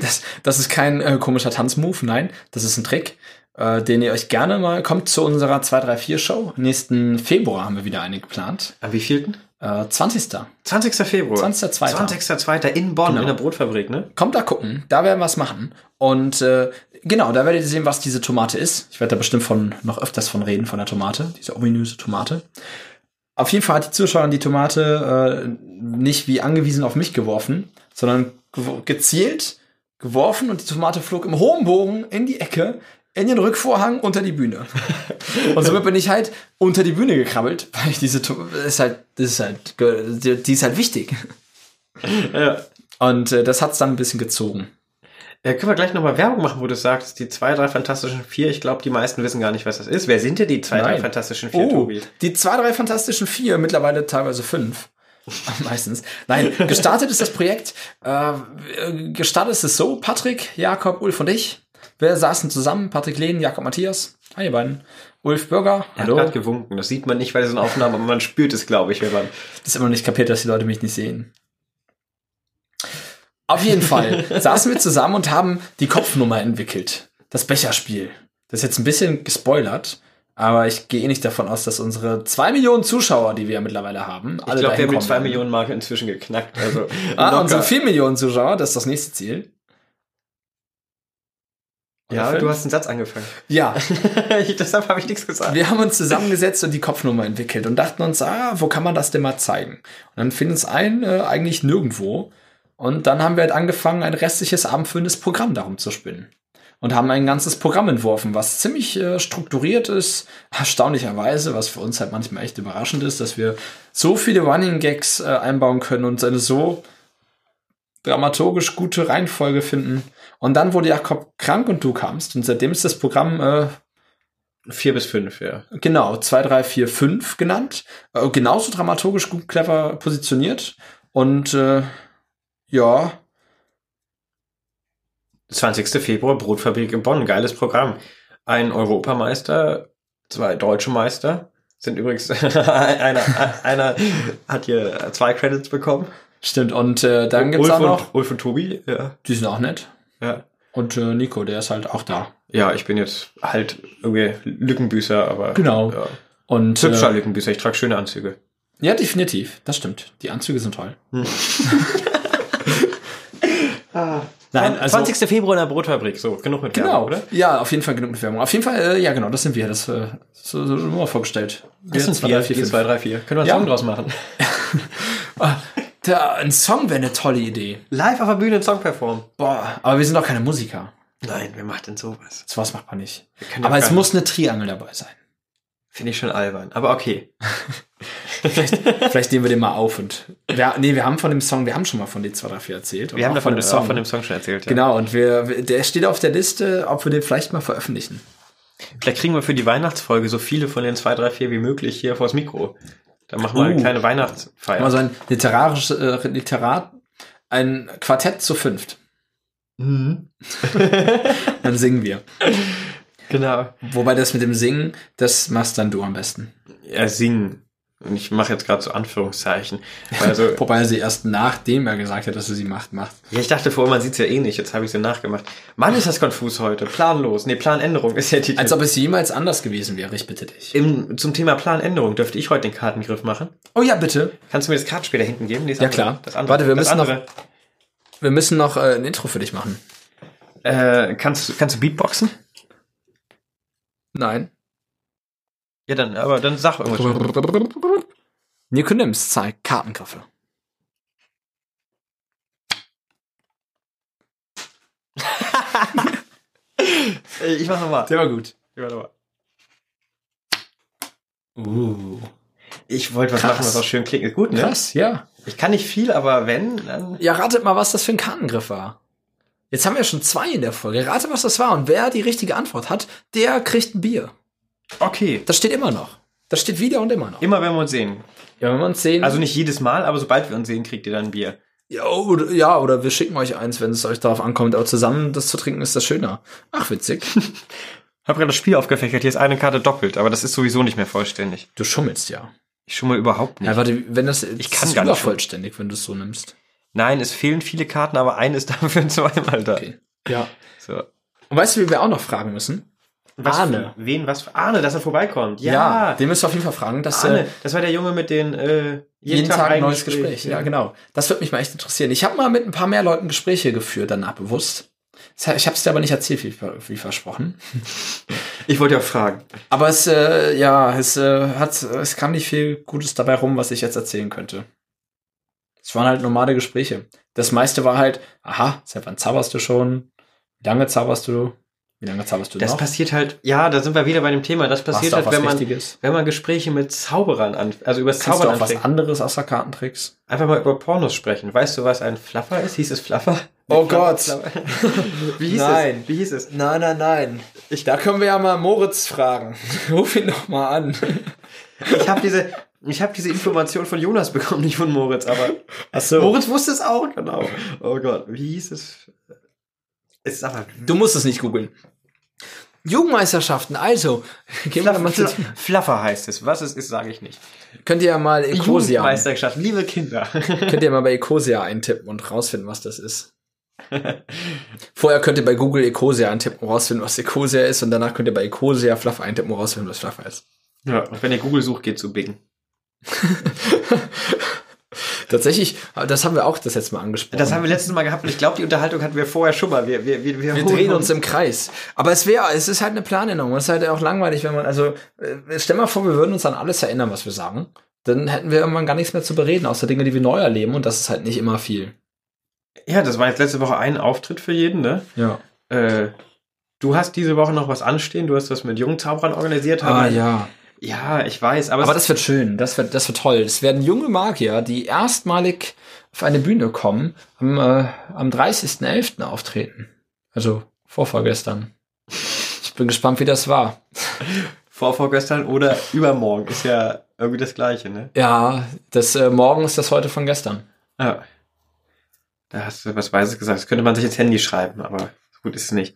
Speaker 2: Das, das ist kein äh, komischer Tanzmove, nein, das ist ein Trick, äh, den ihr euch gerne mal kommt zu unserer 234-Show. Nächsten Februar haben wir wieder eine geplant.
Speaker 1: Am wievielten?
Speaker 2: Äh, 20.
Speaker 1: 20. Februar.
Speaker 2: 20.02..
Speaker 1: 20.02. in Bonn,
Speaker 2: Genau.
Speaker 1: in der Brotfabrik, ne?
Speaker 2: Kommt da gucken, da werden wir was machen. Und äh, genau, da werdet ihr sehen, was diese Tomate ist. Ich werde da bestimmt von, noch öfters von reden, von der Tomate, diese ominöse Tomate. Auf jeden Fall hat die Zuschauerin die Tomate äh, nicht wie angewiesen auf mich geworfen, sondern gew- gezielt geworfen und die Tomate flog im hohen Bogen in die Ecke, in den Rückvorhang, unter die Bühne. und somit bin ich halt unter die Bühne gekrabbelt, weil ich diese Tomate, ist halt, das ist halt, ge- die die ist halt wichtig.
Speaker 1: Ja.
Speaker 2: Und äh, das hat's dann ein bisschen gezogen.
Speaker 1: Äh, können wir gleich nochmal Werbung machen, wo du sagst, die zwei, drei fantastischen vier. Ich glaube, die meisten wissen gar nicht, was das ist. Wer sind denn die zwei, drei
Speaker 2: Nein.
Speaker 1: fantastischen vier,
Speaker 2: Oh,
Speaker 1: Tobi?
Speaker 2: die zwei, drei fantastischen vier, mittlerweile teilweise fünf. Meistens. Nein, gestartet ist das Projekt. Äh, gestartet ist es so: Patrick, Jakob, Ulf und ich. Wir saßen zusammen: Patrick Lehn, Jakob Matthias. Hi, ihr beiden. Ulf Bürger.
Speaker 1: Er hat gerade gewunken. Das sieht man nicht bei diesen Aufnahmen, aber man spürt es, glaube ich, wenn man.
Speaker 2: das immer noch nicht kapiert, dass die Leute mich nicht sehen. Auf jeden Fall saßen wir zusammen und haben die Kopfnummer entwickelt. Das Becherspiel. Das ist jetzt ein bisschen gespoilert, aber ich gehe eh nicht davon aus, dass unsere zwei Millionen Zuschauer, die wir ja mittlerweile haben,
Speaker 1: Ich glaube, wir
Speaker 2: dahin
Speaker 1: haben die
Speaker 2: kommen
Speaker 1: zwei
Speaker 2: werden.
Speaker 1: Millionen Marke inzwischen geknackt. Also,
Speaker 2: Ah,
Speaker 1: locker.
Speaker 2: unsere vier Millionen Zuschauer, das ist das nächste Ziel. Oder
Speaker 1: ja,
Speaker 2: fünf?
Speaker 1: du hast einen Satz angefangen.
Speaker 2: Ja,
Speaker 1: Ich- Deshalb habe ich nichts gesagt.
Speaker 2: wir haben uns zusammengesetzt und die Kopfnummer entwickelt und dachten uns, ah, wo kann man das denn mal zeigen? Und dann fiel uns ein, äh, eigentlich nirgendwo. Und dann haben wir halt angefangen, ein restliches abendfüllendes Programm darum zu spinnen. Und haben ein ganzes Programm entworfen, was ziemlich äh, strukturiert ist, erstaunlicherweise, was für uns halt manchmal echt überraschend ist, dass wir so viele Running Gags äh, einbauen können und eine so dramaturgisch gute Reihenfolge finden. Und dann wurde Jakob krank und du kamst. Und seitdem ist das Programm äh,
Speaker 1: Vier bis fünf, ja.
Speaker 2: Genau, 2, 3, 4, 5 genannt. Äh, genauso dramaturgisch gut clever positioniert. Und äh, ja,
Speaker 1: 20. Februar, Brotfabrik in Bonn. Geiles Programm. Ein Europameister, zwei deutsche Meister. Sind übrigens, einer, einer hat hier zwei Credits bekommen.
Speaker 2: stimmt. Und äh, dann gibt's
Speaker 1: Ulf,
Speaker 2: auch noch.
Speaker 1: und, Ulf und Tobi, ja.
Speaker 2: Die sind auch nett.
Speaker 1: ja.
Speaker 2: Und äh, Nico, der ist halt auch da.
Speaker 1: Ja, ich bin jetzt halt irgendwie Lückenbüßer, aber.
Speaker 2: Genau.
Speaker 1: Ja.
Speaker 2: Und
Speaker 1: Hübscher
Speaker 2: äh,
Speaker 1: Lückenbüßer, ich trage schöne Anzüge.
Speaker 2: ja, definitiv. Das stimmt. Die Anzüge sind toll. Nein, also.
Speaker 1: 20. Februar in der Brotfabrik, so, genug mit
Speaker 2: Genau,
Speaker 1: Werbung, oder?
Speaker 2: Ja, auf jeden Fall genug mit Werbung. Auf jeden Fall, äh, ja, genau, das sind wir. Das äh, so, so immer vorgestellt.
Speaker 1: Das sind
Speaker 2: zwei,
Speaker 1: wir,
Speaker 2: drei, vier,
Speaker 1: die
Speaker 2: fünf.
Speaker 1: 2, 3, 4. Können wir einen
Speaker 2: Ja.
Speaker 1: Song draus machen?
Speaker 2: Da, ein Song wäre eine tolle Idee.
Speaker 1: Live auf der Bühne einen Song performen.
Speaker 2: Boah, aber wir sind doch keine Musiker.
Speaker 1: Nein, wer macht denn sowas?
Speaker 2: Sowas macht man nicht.
Speaker 1: können
Speaker 2: Aber
Speaker 1: ja
Speaker 2: es
Speaker 1: gar-
Speaker 2: muss eine Triangel dabei sein.
Speaker 1: Finde ich schon albern, aber okay.
Speaker 2: Vielleicht nehmen wir den mal auf und. Wir, nee, wir haben von dem Song, wir haben schon mal von D234 erzählt.
Speaker 1: Wir haben davon
Speaker 2: dem
Speaker 1: auch von dem Song schon erzählt. Ja.
Speaker 2: Genau, und wir, wir- der steht auf der Liste, ob wir den vielleicht mal veröffentlichen.
Speaker 1: Vielleicht kriegen wir für die Weihnachtsfolge so viele von den 2, 3, 4 wie möglich hier vors Mikro. Dann machen wir eine
Speaker 2: Uh.
Speaker 1: kleine Weihnachtsfeier.
Speaker 2: Also ein literarisches, äh, Literat, ein Quartett zu fünft.
Speaker 1: Mhm.
Speaker 2: Dann singen wir.
Speaker 1: Genau.
Speaker 2: Wobei das mit dem Singen, das machst dann du am besten.
Speaker 1: Ja, singen. Und ich mache jetzt gerade so Anführungszeichen. Also,
Speaker 2: Wobei er sie erst nachdem er gesagt hat, dass er sie macht, macht.
Speaker 1: ja, ich dachte vorher, man sieht's ja eh nicht. Jetzt habe ich sie nachgemacht. Mann, ist das konfus heute. Planlos. Nee, Planänderung ist ja die.
Speaker 2: Als ob es jemals anders gewesen wäre, ich bitte dich.
Speaker 1: Im, zum Thema Planänderung dürfte ich heute den Kartengriff machen.
Speaker 2: Oh ja, bitte.
Speaker 1: Kannst du mir das Kartenspiel da hinten geben? Nee, das
Speaker 2: Ja,
Speaker 1: andere.
Speaker 2: klar.
Speaker 1: Das andere.
Speaker 2: Warte, wir
Speaker 1: das
Speaker 2: müssen noch-
Speaker 1: andere.
Speaker 2: Wir müssen noch äh, ein Intro für dich machen.
Speaker 1: Äh, kannst, du- kannst du Beatboxen?
Speaker 2: Nein.
Speaker 1: Ja, dann, aber dann sag irgendwas.
Speaker 2: Nico Nims zeigt Kartengriffe.
Speaker 1: Äh, Ich mach nochmal.
Speaker 2: Der war gut.
Speaker 1: Ich, mach noch mal.
Speaker 2: Uh.
Speaker 1: ich wollte was
Speaker 2: Krass.
Speaker 1: machen, was auch schön klingt. Ist Gut, ne?
Speaker 2: Krass, ja.
Speaker 1: Ich kann nicht viel, aber wenn, dann.
Speaker 2: Ja, ratet mal, was das für ein Kartengriff war. Jetzt haben wir schon zwei in der Folge. Rate, was das war. Und wer die richtige Antwort hat, der kriegt ein Bier.
Speaker 1: Okay.
Speaker 2: Das steht immer noch. Das steht wieder und immer noch.
Speaker 1: Immer wenn wir uns sehen.
Speaker 2: Ja, wenn wir uns sehen.
Speaker 1: Also
Speaker 2: Also,
Speaker 1: nicht jedes Mal, aber sobald wir uns sehen, kriegt ihr dann ein Bier.
Speaker 2: ja, oder, ja, oder wir schicken euch eins, wenn es euch darauf ankommt. Aber zusammen das zu trinken ist das schöner. Ach, witzig.
Speaker 1: Hab gerade das Spiel aufgefächert. Hier ist eine Karte doppelt, aber das ist sowieso nicht mehr vollständig.
Speaker 2: Du schummelst ja.
Speaker 1: Ich schummel überhaupt nicht.
Speaker 2: Ja, warte, wenn das.
Speaker 1: Ich
Speaker 2: das
Speaker 1: kann
Speaker 2: ist
Speaker 1: gar nicht
Speaker 2: vollständig, wenn du es so nimmst.
Speaker 1: Nein, es fehlen viele Karten, aber eine ist dafür zweimal da.
Speaker 2: Okay. Ja.
Speaker 1: So.
Speaker 2: Und weißt du, wie wir auch noch fragen müssen?
Speaker 1: Was
Speaker 2: Arne.
Speaker 1: Für, wen, was für Arne, dass er vorbeikommt.
Speaker 2: Ja,
Speaker 1: Ja.
Speaker 2: den müssen wir auf jeden Fall fragen, dass äh,
Speaker 1: Arne, das war der Junge mit den äh, jeden,
Speaker 2: jeden Tag ein neues Gespräch.
Speaker 1: Ja.
Speaker 2: Ja, genau. Das würde mich mal echt interessieren. Ich habe mal mit ein paar mehr Leuten Gespräche geführt, danach bewusst. Das hab- Ich habe es dir aber nicht erzählt, wie, ver- wie versprochen.
Speaker 1: Ich wollte ja fragen.
Speaker 2: Aber es, äh, ja, es, äh, hat, es kam nicht viel Gutes dabei rum, was ich jetzt erzählen könnte. Es waren halt normale Gespräche. Das meiste war halt, aha, seit wann zauberst du schon? Wie lange zauberst du? Wie lange zauberst du
Speaker 1: Das
Speaker 2: noch?
Speaker 1: passiert halt, ja, da sind wir wieder bei dem Thema. Das
Speaker 2: Machst
Speaker 1: passiert
Speaker 2: du auch
Speaker 1: halt, wenn man,
Speaker 2: Richtiges?
Speaker 1: wenn man Gespräche mit Zauberern an, also über
Speaker 2: Kannst du
Speaker 1: Zaubern
Speaker 2: auch was
Speaker 1: anfängt.
Speaker 2: anderes außer Kartentricks?
Speaker 1: Einfach mal über Pornos sprechen. Weißt du, was ein Fluffer ist? Hieß es Fluffer?
Speaker 2: Oh Gott.
Speaker 1: Wie hieß
Speaker 2: Nein.
Speaker 1: es? Wie hieß es?
Speaker 2: Nein, nein, nein. Ich, da können wir ja mal Moritz fragen. Ruf ihn doch mal an.
Speaker 1: Ich habe diese, ich hab diese Information von Jonas bekommen, nicht von Moritz, aber
Speaker 2: Ach so.
Speaker 1: Moritz wusste es auch, genau. Oh Gott, wie hieß es? Es ist aber
Speaker 2: Du musst es nicht googeln. Jugendmeisterschaften, also. Gehen wir
Speaker 1: Flaff,
Speaker 2: mal zu,
Speaker 1: Fla- Flaffer heißt es. Was es ist, sage ich nicht.
Speaker 2: könnt ihr ja mal Ecosia,
Speaker 1: Jugendmeisterschaft, liebe Kinder.
Speaker 2: könnt ihr mal bei Ecosia eintippen und rausfinden, was das ist. Vorher könnt ihr bei Google Ecosia eintippen und rausfinden, was Ecosia ist. Und danach könnt ihr bei Ecosia Fluffer eintippen und rausfinden, was Fluffer ist.
Speaker 1: ja, und wenn ihr Google sucht, geht zu Bing.
Speaker 2: Tatsächlich, das haben wir auch das letzte Mal angesprochen.
Speaker 1: Das haben wir letztes Mal gehabt und ich glaube, die Unterhaltung hatten wir vorher schon mal. Wir, wir, wir,
Speaker 2: Wir
Speaker 1: holen
Speaker 2: drehen uns im Kreis. Aber es wäre, es ist halt eine Planänderung. Es ist halt auch langweilig, wenn man, also, äh, stell mal vor, wir würden uns an alles erinnern, was wir sagen. Dann hätten wir irgendwann gar nichts mehr zu bereden, außer Dinge, die wir neu erleben. Und das ist halt nicht immer viel.
Speaker 1: Ja, das war jetzt letzte Woche ein Auftritt für jeden, ne?
Speaker 2: Ja.
Speaker 1: Äh, du hast diese Woche noch was anstehen. Du hast das mit jungen Zauberern organisiert.
Speaker 2: Ah,
Speaker 1: aber-
Speaker 2: ja.
Speaker 1: Ja, ich weiß, aber,
Speaker 2: Aber
Speaker 1: es,
Speaker 2: das wird schön. Das wird, das wird toll. Es werden junge Magier, die erstmalig auf eine Bühne kommen, am, äh, am 30.11. auftreten. Also, vorvorgestern. Ich bin gespannt, wie das war.
Speaker 1: vor vorgestern oder übermorgen ist ja irgendwie das Gleiche, ne?
Speaker 2: Ja, das, äh, morgen ist das heute von gestern.
Speaker 1: Ja. Da hast du was Weises gesagt. Das könnte man sich ins Handy schreiben, aber so gut ist es nicht.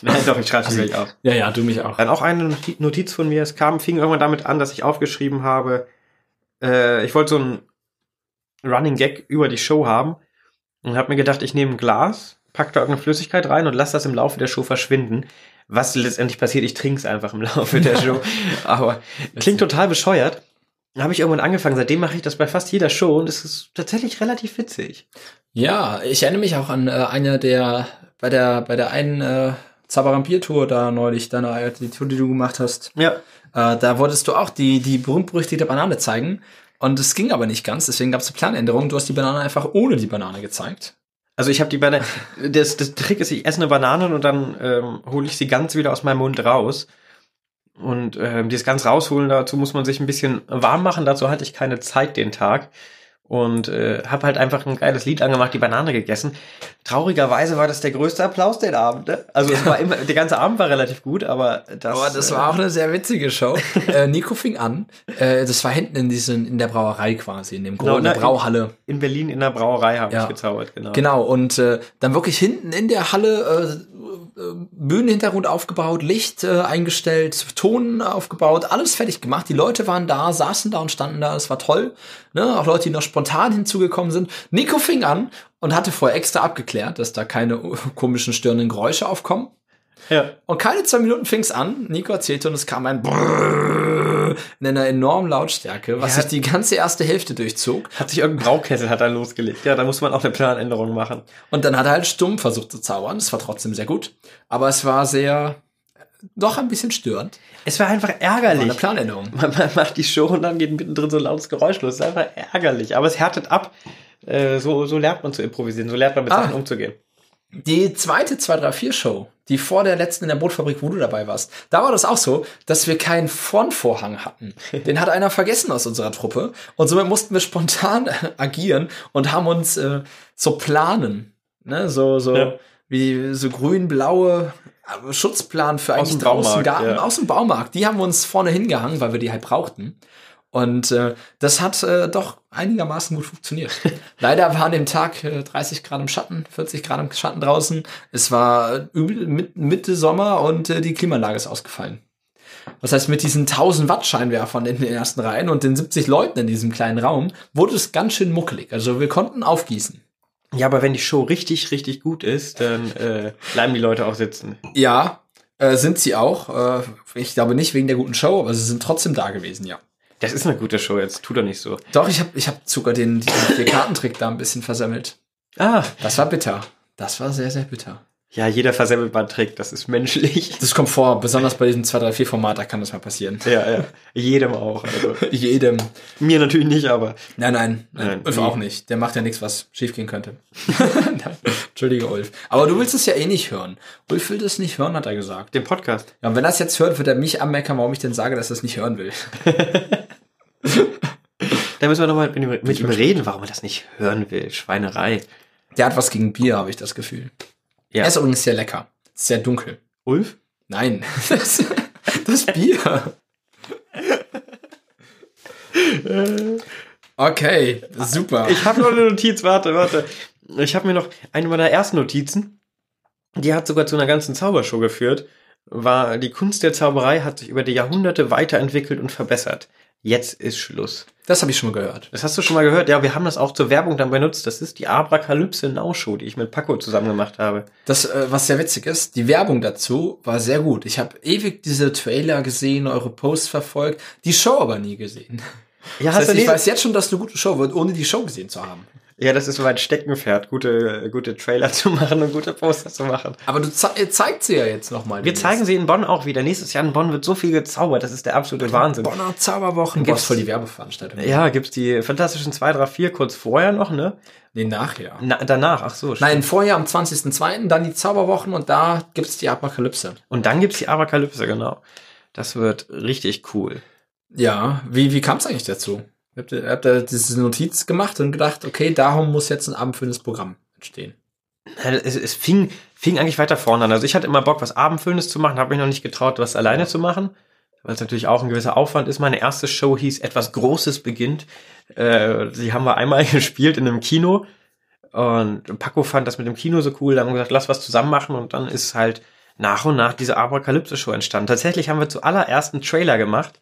Speaker 1: Nein, doch, ich schreibe es gleich auf.
Speaker 2: Ja, ja, du mich auch.
Speaker 1: Dann auch eine Noti- Notiz von mir. Es kam, fing irgendwann damit an, dass ich aufgeschrieben habe, äh, ich wollte so einen Running Gag über die Show haben und habe mir gedacht, ich nehme ein Glas, pack da irgendeine Flüssigkeit rein und lasse das im Laufe der Show verschwinden. Was letztendlich passiert, ich trinke es einfach im Laufe der Show. Aber klingt total bescheuert. Dann Habe ich irgendwann angefangen. Seitdem mache ich das bei fast jeder Show und es ist tatsächlich relativ witzig.
Speaker 2: Ja, ich erinnere mich auch an äh, eine der, bei der, bei der einen äh, Zabarampier-Tour da neulich, deine, die Tour, die du gemacht hast.
Speaker 1: Ja.
Speaker 2: Äh, da wolltest du auch die, die berühmt-berüchtigte Banane zeigen. Und es ging aber nicht ganz, deswegen gab es eine Planänderung. Du hast die Banane einfach ohne die Banane gezeigt.
Speaker 1: Also ich habe die Banane. Das, das Trick ist, ich esse eine Banane und dann ähm, hole ich sie ganz wieder aus meinem Mund raus. Und ähm, dieses ganz rausholen, dazu muss man sich ein bisschen warm machen. Dazu hatte ich keine Zeit den Tag. Und äh, habe halt einfach ein geiles Lied angemacht, die Banane gegessen. Traurigerweise war das der größte Applaus den Abend. Ne? Also es war immer, der ganze Abend war relativ gut, aber das,
Speaker 2: Aber das war auch eine sehr witzige Show. äh, Nico fing an. Äh, das war hinten in, diesen, in der Brauerei quasi, in dem
Speaker 1: Genau,
Speaker 2: Gro in der
Speaker 1: na,
Speaker 2: Brauhalle.
Speaker 1: äh, in Berlin in der Brauerei habe
Speaker 2: Ja.
Speaker 1: ich gezaubert, genau.
Speaker 2: Genau, und äh, dann wirklich hinten in der Halle äh, äh, Bühnenhintergrund aufgebaut, Licht äh, eingestellt, Ton aufgebaut, alles fertig gemacht. Die Leute waren da, saßen da und standen da, es war toll. Ne? Auch Leute, die noch spontan hinzugekommen sind. Nico fing an und hatte vorher extra abgeklärt, dass da keine komischen störenden Geräusche aufkommen.
Speaker 1: Ja.
Speaker 2: Und keine zwei Minuten fing's an. Nico erzählte und es kam ein Brrrr in einer enormen Lautstärke, was
Speaker 1: Ja.
Speaker 2: sich die ganze erste Hälfte durchzog.
Speaker 1: Hat sich irgendein Braukessel hat dann losgelegt. Ja, da muss man auch eine Planänderung machen.
Speaker 2: Und dann hat er halt stumm versucht zu zaubern. Es war trotzdem sehr gut. Aber es war sehr, äh, doch ein bisschen störend.
Speaker 1: Es war einfach
Speaker 2: War eine
Speaker 1: ärgerlich.
Speaker 2: Planänderung.
Speaker 1: man, man macht die Show und dann geht mittendrin so ein lautes Geräusch los. Das ist einfach ärgerlich. Aber es härtet ab. Äh, so, so lernt man zu improvisieren, so lernt man mit
Speaker 2: Ah.
Speaker 1: Sachen umzugehen.
Speaker 2: Die zweite 234-Show, die vor der letzten in der Bootfabrik, wo du dabei warst, da war das auch so, dass wir keinen Frontvorhang hatten. Den hat einer vergessen aus unserer Truppe. Und somit mussten wir spontan agieren und haben uns äh, so planen. Ne? So, so,
Speaker 1: Ja.
Speaker 2: wie so grün-blaue äh, Schutzplan für eigentlich
Speaker 1: dem
Speaker 2: draußen
Speaker 1: Baumarkt,
Speaker 2: Garten,
Speaker 1: ja.
Speaker 2: aus dem Baumarkt. Die haben wir uns vorne hingehangen, weil wir die halt brauchten. Und äh, das hat äh, doch einigermaßen gut funktioniert. Leider war an dem Tag äh, 30 Grad im Schatten, 40 Grad im Schatten draußen. Es war äh, übel, mit, Mitte Sommer und äh, die Klimaanlage ist ausgefallen. Das heißt, mit diesen 1000 Watt Scheinwerfern in den ersten Reihen und den 70 Leuten in diesem kleinen Raum wurde es ganz schön muckelig. Also wir konnten aufgießen.
Speaker 1: Ja, aber wenn die Show richtig, richtig gut ist, dann äh, bleiben die Leute auch sitzen.
Speaker 2: Ja, äh, sind sie auch. Äh, ich glaube nicht wegen der guten Show, aber sie sind trotzdem da gewesen, ja.
Speaker 1: Das ist eine gute Show, jetzt tu doch nicht so.
Speaker 2: Doch, ich habe ich hab sogar den, den Vier-Kartentrick da ein bisschen versammelt.
Speaker 1: Ah,
Speaker 2: Das war bitter. Das war sehr, sehr bitter.
Speaker 1: ja, jeder versammelt mal einen Trick, das ist menschlich.
Speaker 2: Das kommt vor, besonders bei diesem 2-3-4-Format, da kann das mal passieren.
Speaker 1: Ja, ja, jedem auch. Also,
Speaker 2: Jedem.
Speaker 1: mir natürlich nicht, aber
Speaker 2: Nein, nein, nein
Speaker 1: Nein,
Speaker 2: Ulf
Speaker 1: nee.
Speaker 2: auch nicht. Der macht ja nichts, was schiefgehen könnte. Nein, Entschuldige, Ulf. Aber du willst es ja eh nicht hören. Ulf will das nicht hören, hat er gesagt.
Speaker 1: den Podcast.
Speaker 2: Ja, und wenn er es jetzt hört, wird er mich anmeckern, warum ich denn sage, dass er es nicht hören will.
Speaker 1: Da müssen wir nochmal mit, ihm- mit ihm reden, warum er das nicht hören will. Schweinerei.
Speaker 2: Der hat was gegen Bier, habe ich das Gefühl.
Speaker 1: Ja.
Speaker 2: Er ist übrigens sehr lecker. Sehr dunkel.
Speaker 1: Ulf?
Speaker 2: Nein, das, das Bier. Okay, super.
Speaker 1: Ich habe noch eine Notiz, warte, warte. Ich habe mir noch eine meiner ersten Notizen, die hat sogar zu einer ganzen Zaubershow geführt, war die Kunst der Zauberei hat sich über die Jahrhunderte weiterentwickelt und verbessert. Jetzt ist Schluss.
Speaker 2: das habe ich schon mal gehört.
Speaker 1: Das hast du schon mal gehört. Ja, wir haben das auch zur Werbung dann benutzt. Das ist die Abrakalypse Now Show, die ich mit Paco zusammen gemacht habe.
Speaker 2: Das, äh, was sehr witzig ist, die Werbung dazu war sehr gut. Ich habe ewig diese Trailer gesehen, eure Posts verfolgt, die Show aber nie gesehen.
Speaker 1: Ja,
Speaker 2: Das heißt, ich
Speaker 1: diese-
Speaker 2: weiß jetzt schon, dass eine gute Show wird, ohne die Show gesehen zu haben.
Speaker 1: ja, das ist mein Steckenpferd, gute, gute Trailer zu machen und gute Poster zu machen.
Speaker 2: Aber du ze ihr zeigt sie ja jetzt nochmal.
Speaker 1: Wir zeigen sie in Bonn auch wieder. Nächstes Jahr in Bonn wird so viel gezaubert. Das ist der absolute Wahnsinn.
Speaker 2: Bonner Zauberwochen.
Speaker 1: Gibt's-
Speaker 2: Gibt's voll die Werbeveranstaltung.
Speaker 1: Ja, gibt's die fantastischen 2, 3, 4 kurz vorher noch, ne?
Speaker 2: Nee, nachher.
Speaker 1: Na, danach, ach so. stimmt.
Speaker 2: Nein, vorher am 20.02., dann die Zauberwochen und da gibt's die Apokalypse.
Speaker 1: Und dann gibt's die Abrakalypse, genau. Das wird richtig cool.
Speaker 2: Ja, wie, wie kam's eigentlich dazu? Habt ihr, habt ihr diese Notiz gemacht und gedacht, okay, darum muss jetzt ein abendfüllendes Programm entstehen.
Speaker 1: Ja, Äh, Es, es fing, fing eigentlich weiter vorne an. Also ich hatte immer Bock, was Abendfüllendes zu machen, habe mich noch nicht getraut, was alleine zu machen, weil es natürlich auch ein gewisser Aufwand ist. Meine erste Show hieß Etwas Großes beginnt. Äh, die haben wir einmal gespielt in einem Kino und Paco fand das mit dem Kino so cool, da haben wir gesagt, lass was zusammen machen und dann ist halt nach und nach diese Abrakalypse-Show entstanden. Tatsächlich haben wir zuallererst einen Trailer gemacht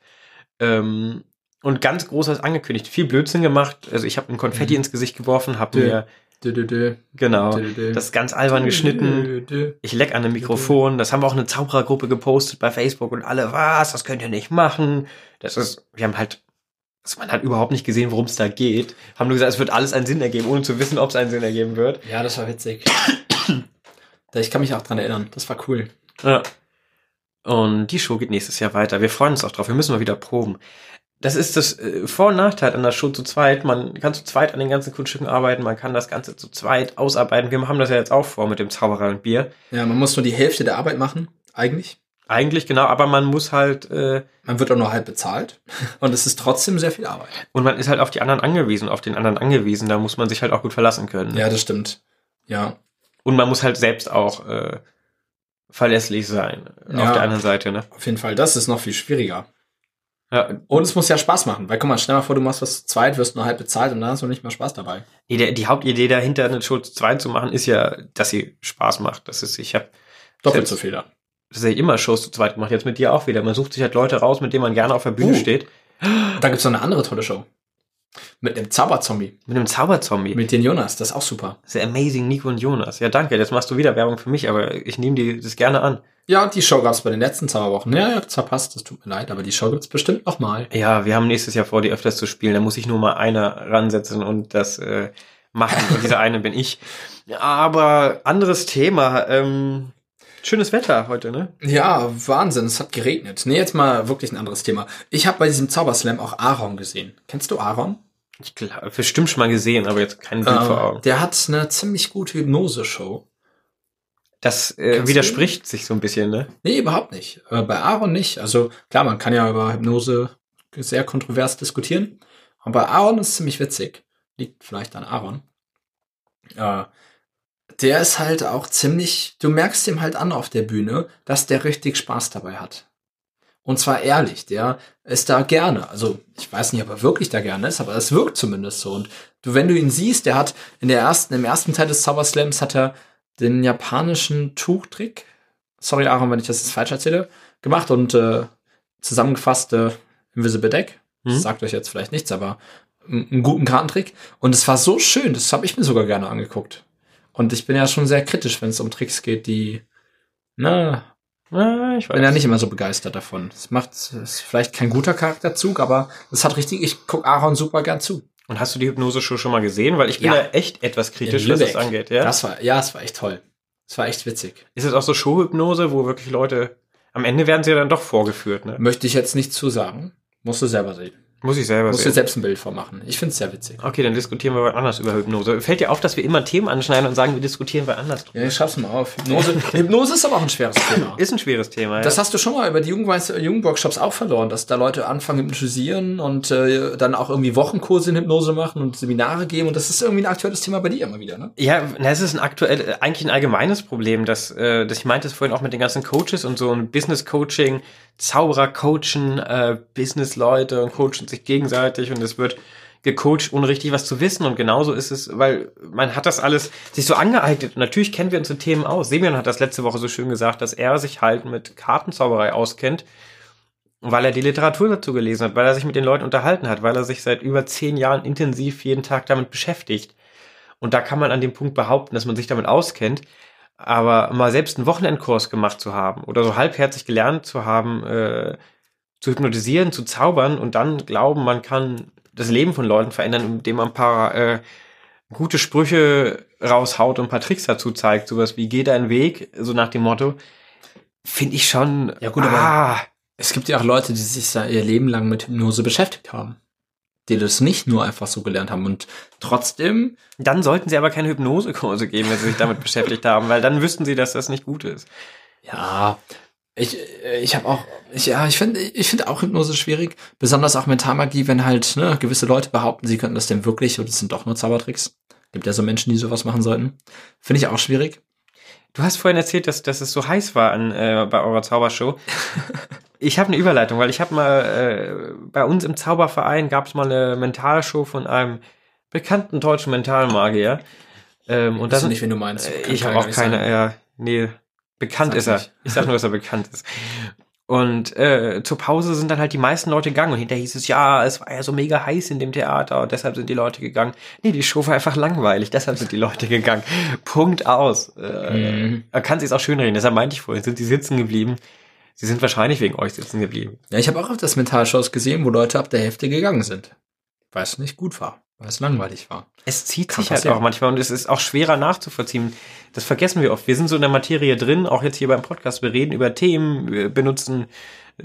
Speaker 1: ähm, und ganz großes angekündigt. Viel Blödsinn gemacht. Also ich habe ein Konfetti ins Gesicht geworfen, habe
Speaker 2: Ja.
Speaker 1: mir,
Speaker 2: Dö, dö, dö.
Speaker 1: genau,
Speaker 2: Dö, dö.
Speaker 1: das ganz albern geschnitten.
Speaker 2: Dö, dö.
Speaker 1: Ich leck an dem Mikrofon. Das haben wir auch eine Zauberergruppe gepostet bei Facebook und alle, was, das könnt ihr nicht machen. Das ist, wir haben halt, also man hat überhaupt nicht gesehen, worum es da geht. Haben nur gesagt, es wird alles einen Sinn ergeben, ohne zu wissen, ob es einen Sinn ergeben wird.
Speaker 2: Ja, das war witzig. Da- ich kann mich auch dran erinnern. Das war cool.
Speaker 1: Ja. Und die Show geht nächstes Jahr weiter. Wir freuen uns auch drauf. Wir müssen mal wieder proben. Das ist das äh, Vor- und Nachteil an der Show zu zweit. Man kann zu zweit an den ganzen Kunststücken arbeiten. Man kann das Ganze zu zweit ausarbeiten. Wir haben das ja jetzt auch vor mit dem Zauberer und Bier.
Speaker 2: Ja, man muss nur die Hälfte der Arbeit machen, eigentlich.
Speaker 1: Eigentlich genau, aber man muss halt, äh,
Speaker 2: Man wird auch nur halb bezahlt. Und es ist trotzdem sehr viel Arbeit.
Speaker 1: Und man ist halt auf die anderen angewiesen, auf den anderen angewiesen. Da muss man sich halt auch gut verlassen können.
Speaker 2: Ja, das stimmt. Ja.
Speaker 1: Und man muss halt selbst auch äh, verlässlich sein. Auf
Speaker 2: Ja.
Speaker 1: der anderen Seite, ne?
Speaker 2: Auf jeden Fall, das ist noch viel schwieriger.
Speaker 1: Ja,
Speaker 2: Und es muss ja Spaß machen, weil guck mal, stell mal vor, du machst was zu zweit, wirst nur halb bezahlt und dann hast du nicht mal Spaß dabei.
Speaker 1: die, der- die Hauptidee dahinter, eine Show zu zweit zu machen, ist ja, dass sie Spaß macht. Das ist, ich habe
Speaker 2: Doppelt
Speaker 1: Selbst-
Speaker 2: so viel dann.
Speaker 1: tatsächlich immer Shows zu zweit gemacht, jetzt mit dir auch wieder. Man sucht sich halt Leute raus, mit denen man gerne auf der Bühne
Speaker 2: Uh.
Speaker 1: steht.
Speaker 2: Da gibt's noch eine andere tolle Show. Mit einem Zauberzombie.
Speaker 1: Mit einem Zauberzombie.
Speaker 2: Mit den Jonas, das ist auch super.
Speaker 1: The Amazing Nico und Jonas. Ja, danke, jetzt machst du wieder Werbung für mich, aber ich nehme die das gerne an.
Speaker 2: Ja, die Show gab's bei den letzten Zauberwochen. Ja, ihr habt's verpasst, das tut mir leid, aber die Show gibt's bestimmt noch mal.
Speaker 1: Ja, wir haben nächstes Jahr vor, die öfters zu spielen. Da muss ich nur mal einer ransetzen und das äh, machen. Und dieser eine bin ich. Aber anderes Thema. Ähm, schönes Wetter heute, ne?
Speaker 2: Ja, Wahnsinn, es hat geregnet. Nee, jetzt mal wirklich ein anderes Thema. Ich habe bei diesem Zauberslam auch Aaron gesehen. Kennst du Aaron?
Speaker 1: Ich glaube, bestimmt schon mal gesehen, aber jetzt kein Bild vor
Speaker 2: Ähm,
Speaker 1: Augen.
Speaker 2: der hat eine ziemlich gute Hypnose-Show.
Speaker 1: Das äh,
Speaker 2: kannst
Speaker 1: widerspricht sich so ein bisschen, ne?
Speaker 2: Nee, überhaupt nicht. Äh, bei Aaron nicht. Also klar, man kann ja über Hypnose sehr kontrovers diskutieren. Aber bei Aaron ist es ziemlich witzig. Liegt vielleicht an Aaron. Äh, der ist halt auch ziemlich, du merkst ihm halt an auf der Bühne, dass der richtig Spaß dabei hat. Und zwar ehrlich, der ist da gerne. Also ich weiß nicht, ob er wirklich da gerne ist, aber es wirkt zumindest so. Und du, wenn du ihn siehst, der hat in der ersten, im ersten Teil des Zauberslams hat er den japanischen Tuchtrick, sorry Aaron, wenn ich das jetzt falsch erzähle, gemacht und äh, zusammengefasste Invisible Deck.
Speaker 1: Mhm.
Speaker 2: Das sagt euch jetzt vielleicht nichts, aber m- einen guten Kartentrick. Und es war so schön, das habe ich mir sogar gerne angeguckt. Und ich bin ja schon sehr kritisch, wenn es um Tricks geht, die, na,
Speaker 1: Ah, ich
Speaker 2: bin ja
Speaker 1: weiß.
Speaker 2: nicht immer so begeistert davon. Es macht, es ist vielleicht kein guter Charakterzug, aber es hat richtig, ich guck Aaron super gern zu.
Speaker 1: Und hast du die Hypnose-Show schon mal gesehen? Weil ich bin
Speaker 2: Ja.
Speaker 1: ja, echt etwas kritisch,
Speaker 2: In
Speaker 1: was das
Speaker 2: Lübeck.
Speaker 1: angeht, ja?
Speaker 2: Das war, ja, es war echt toll. Es war echt witzig.
Speaker 1: Ist es auch so Showhypnose, wo wirklich Leute, am Ende werden sie ja dann doch vorgeführt, ne?
Speaker 2: Möchte ich jetzt nicht zu sagen. Musst du selber sehen.
Speaker 1: Muss ich selber
Speaker 2: Musst du
Speaker 1: sehen.
Speaker 2: dir selbst ein Bild von machen. Ich finde es sehr witzig.
Speaker 1: Okay, dann diskutieren wir wann anders über Hypnose. Fällt dir auf, dass wir immer Themen anschneiden und sagen, wir diskutieren wann anders drüber?
Speaker 2: Ja, ich schaff's mal auf. Hypnose, Hypnose ist aber auch ein schweres Thema.
Speaker 1: Ist ein schweres Thema.
Speaker 2: Das
Speaker 1: ja.
Speaker 2: hast du schon mal über die Jugendweis- Jugendworkshops auch verloren, dass da Leute anfangen hypnotisieren und äh, dann auch irgendwie Wochenkurse in Hypnose machen und Seminare geben und das ist irgendwie ein aktuelles Thema bei dir immer wieder, ne?
Speaker 1: Ja, na, es ist ein aktuell, äh, eigentlich ein allgemeines Problem, dass, äh, dass ich meinte es vorhin auch mit den ganzen Coaches und so ein Business Coaching, Zauberer coachen, äh, Business Leute und coachen sich gegenseitig und es wird gecoacht, ohne richtig was zu wissen und genauso ist es, weil man hat das alles sich so angeeignet und natürlich kennen wir unsere Themen aus. Semyon hat das letzte Woche so schön gesagt, dass er sich halt mit Kartenzauberei auskennt, weil er die Literatur dazu gelesen hat, weil er sich mit den Leuten unterhalten hat, weil er sich seit über zehn Jahren intensiv jeden Tag damit beschäftigt. Und da kann man an dem Punkt behaupten, dass man sich damit auskennt. Aber mal selbst einen Wochenendkurs gemacht zu haben oder so halbherzig gelernt zu haben, äh, zu hypnotisieren, zu zaubern und dann glauben, man kann das Leben von Leuten verändern, indem man ein paar äh, gute Sprüche raushaut und ein paar Tricks dazu zeigt, sowas wie geh deinen Weg, so nach dem Motto, finde ich schon.
Speaker 2: Ja, gut, aber-
Speaker 1: ah,
Speaker 2: Es gibt ja auch Leute, die sich da ihr Leben lang mit Hypnose beschäftigt haben. Die das nicht nur einfach so gelernt haben und trotzdem,
Speaker 1: dann sollten sie aber keine Hypnosekurse geben, wenn sie sich damit beschäftigt haben, weil dann wüssten sie, dass das nicht gut ist.
Speaker 2: ja, ich, äh, ich habe auch, ich, ja, ich finde ich finde auch Hypnose schwierig, besonders auch Mentalmagie, wenn halt ne, gewisse Leute behaupten, sie könnten das denn wirklich und es sind doch nur Zaubertricks. Gibt ja so Menschen, die sowas machen sollten. Finde ich auch schwierig.
Speaker 1: Du hast vorhin erzählt, dass, dass es so heiß war an, äh, bei eurer Zaubershow. Ich habe eine Überleitung, weil ich habe mal äh, bei uns im Zauberverein gab es mal eine Mentalshow von einem bekannten deutschen Mentalmagier. Ähm, und
Speaker 2: Weiß
Speaker 1: das
Speaker 2: ich nicht, wen du meinst.
Speaker 1: äh,
Speaker 2: Kann-
Speaker 1: ich
Speaker 2: kann
Speaker 1: habe auch
Speaker 2: gar nicht
Speaker 1: keine,
Speaker 2: sagen.
Speaker 1: ja, nee, bekannt
Speaker 2: Sag
Speaker 1: ist er.
Speaker 2: nicht.
Speaker 1: Ich sag nur, dass er bekannt ist. Und äh, zur Pause sind dann halt die meisten Leute gegangen und hinterher hieß es, ja, es war ja so mega heiß in dem Theater und deshalb sind die Leute gegangen. Nee, die Show war einfach langweilig, deshalb sind die Leute gegangen. Punkt aus. Äh,
Speaker 2: Mhm.
Speaker 1: Man kann sich auch schönreden, deshalb meinte ich vorhin, sind die sitzen geblieben. Sie sind wahrscheinlich wegen euch sitzen geblieben.
Speaker 2: Ja, ich habe auch öfters Mentalshows gesehen, wo Leute ab der Hälfte gegangen sind. Weil es nicht gut war, weil es langweilig war.
Speaker 1: Es zieht
Speaker 2: Kann
Speaker 1: sich halt
Speaker 2: passieren.
Speaker 1: auch manchmal und es ist auch schwerer nachzuvollziehen. Das vergessen wir oft. Wir sind so in der Materie drin, auch jetzt hier beim Podcast. Wir reden über Themen, wir benutzen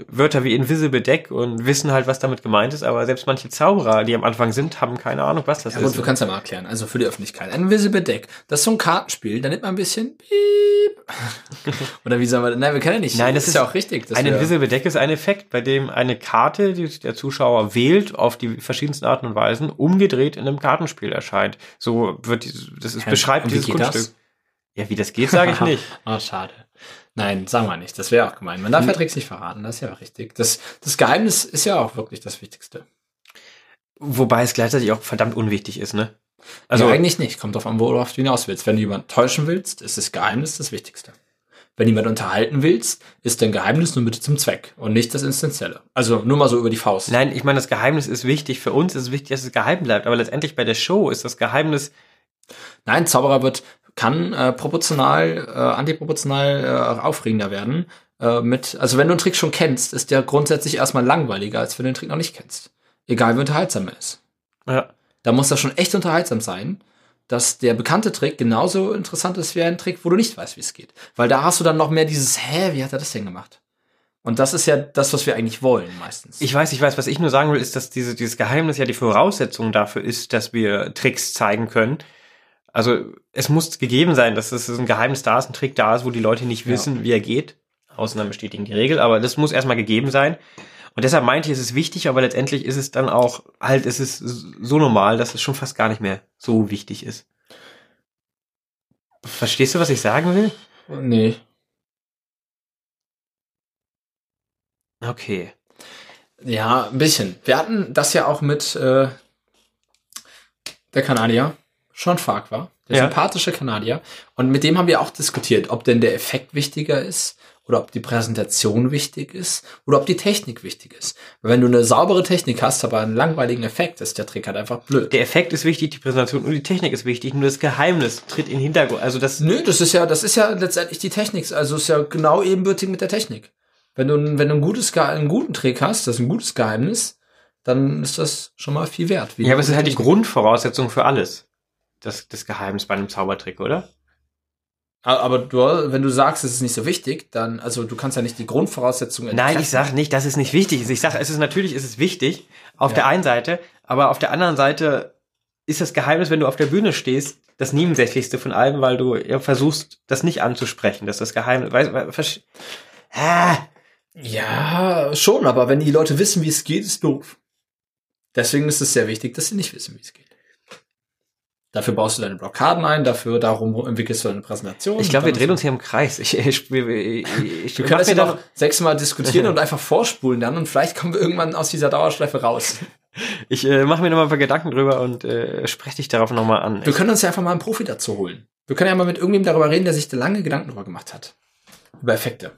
Speaker 1: Wörter wie Invisible Deck und wissen halt, was damit gemeint ist. Aber selbst manche Zauberer, die am Anfang sind, haben keine Ahnung, was das
Speaker 2: Ja, gut,
Speaker 1: ist.
Speaker 2: wir können es ja mal erklären. Also für die Öffentlichkeit. Ein Invisible Deck. Das ist so ein Kartenspiel. Da nimmt man ein bisschen. Piep. Oder wie sagen wir das? Nein, wir kennen ja nicht.
Speaker 1: Nein, das ist
Speaker 2: ja auch richtig. dass
Speaker 1: Ein
Speaker 2: wir-
Speaker 1: Invisible Deck ist ein Effekt, bei dem eine Karte, die der Zuschauer wählt, auf die verschiedensten Arten und Weisen, umgedreht in einem Kartenspiel erscheint. So wird dieses, das ist,
Speaker 2: Hä?
Speaker 1: beschreibt
Speaker 2: Und wie
Speaker 1: dieses
Speaker 2: geht das?
Speaker 1: Kunststück. Ja, wie das geht, sage ich nicht.
Speaker 2: Ah, schade. Nein, sagen wir nicht. Das wäre auch gemein. Man darf ja Tricks nicht verraten. Das ist ja richtig. Das, das Geheimnis ist ja auch wirklich das Wichtigste.
Speaker 1: Wobei es gleichzeitig auch verdammt unwichtig ist, ne? Also,
Speaker 2: Also ja, eigentlich nicht. Kommt drauf an, worauf du hinaus willst. Wenn du jemanden täuschen willst, ist das Geheimnis das Wichtigste. Wenn jemand unterhalten willst, ist dein Geheimnis nur bitte zum Zweck und nicht das Essentielle. Also nur mal so über die Faust.
Speaker 1: nein, ich meine, das Geheimnis ist wichtig. Für uns ist es wichtig, dass es geheim bleibt. Aber letztendlich bei der Show ist das Geheimnis,
Speaker 2: Nein, Zauberer wird kann äh, proportional, äh, antiproportional äh, aufregender werden. Äh, mit, also wenn du einen Trick schon kennst, ist der grundsätzlich erstmal langweiliger, als wenn du den Trick noch nicht kennst. Egal wie unterhaltsam er ist.
Speaker 1: ja,
Speaker 2: Da muss das schon echt unterhaltsam sein, dass der bekannte Trick genauso interessant ist wie ein Trick, wo du nicht weißt, wie es geht. Weil da hast du dann noch mehr dieses, hä, wie hat er das denn gemacht? Und das ist ja das, was wir eigentlich wollen meistens.
Speaker 1: ich weiß, ich weiß, was ich nur sagen will, ist, dass diese, dieses Geheimnis ja die Voraussetzung dafür ist, dass wir Tricks zeigen können. Also, es muss gegeben sein, dass es ein Geheimnis da ist, ein Trick da ist, wo die Leute nicht
Speaker 2: Ja.
Speaker 1: wissen, wie er geht. Ausnahmen bestätigen die Regel, aber das muss erstmal gegeben sein. Und deshalb meinte ich, es ist wichtig, aber letztendlich ist es dann auch, halt, es ist so normal, dass es schon fast gar nicht mehr so wichtig ist. Verstehst du, was ich sagen will?
Speaker 2: nee.
Speaker 1: Okay.
Speaker 2: Ja, ein bisschen. Wir hatten das ja auch mit äh, der Kanadier, Sean Farquhar, der
Speaker 1: Ja.
Speaker 2: sympathische Kanadier. Und mit dem haben wir auch diskutiert, ob denn der Effekt wichtiger ist oder ob die Präsentation wichtig ist oder ob die Technik wichtig ist. Weil wenn du eine saubere Technik hast, aber einen langweiligen Effekt, ist der Trick halt einfach blöd.
Speaker 1: Der Effekt ist wichtig, die Präsentation und die Technik ist wichtig, nur das Geheimnis tritt in den Hintergrund. Also das,
Speaker 2: Nö, das ist ja, das ist ja letztendlich die Technik. Also ist ja genau ebenbürtig mit der Technik. Wenn du, ein- wenn du ein gutes, Ge- einen guten Trick hast, das ist ein gutes Geheimnis, dann ist das schon mal viel wert. Wie
Speaker 1: ja, aber es ist halt die Grundvoraussetzung für alles. Das, das Geheimnis bei einem Zaubertrick, oder?
Speaker 2: A- Aber du, wenn du sagst, es ist nicht so wichtig, dann, also du kannst ja nicht die Grundvoraussetzungen
Speaker 1: Nein, ich
Speaker 2: entkräften.
Speaker 1: sage nicht, dass es nicht wichtig ist. Ich sage, es ist natürlich, es ist wichtig auf der einen Seite, aber auf der anderen Seite ist das Geheimnis, wenn du auf der Bühne stehst, das nebensächlichste von allem, weil du ja versuchst, das nicht anzusprechen. Das ist das Geheimnis. Weißt, we- versch- ah,
Speaker 2: Ja, schon, aber wenn die Leute wissen, wie es geht, ist doof. Deswegen ist es sehr wichtig, dass sie nicht wissen, wie es geht. Dafür baust du deine Blockaden ein, dafür darum entwickelst du deine Präsentation.
Speaker 1: ich glaube, wir
Speaker 2: Dann-
Speaker 1: drehen uns hier im Kreis. Ich, ich, ich, ich, ich,
Speaker 2: Du
Speaker 1: ich
Speaker 2: kannst
Speaker 1: mir
Speaker 2: ja
Speaker 1: doch,
Speaker 2: noch sechsmal diskutieren und einfach vorspulen dann und vielleicht kommen wir irgendwann aus dieser Dauerschleife raus.
Speaker 1: ich äh, mache mir nochmal ein paar Gedanken drüber und äh, spreche dich darauf nochmal an.
Speaker 2: Wir können uns ja einfach mal einen Profi dazu holen. Wir können ja mal mit irgendjemandem darüber reden, der sich da lange Gedanken drüber gemacht hat. Über Effekte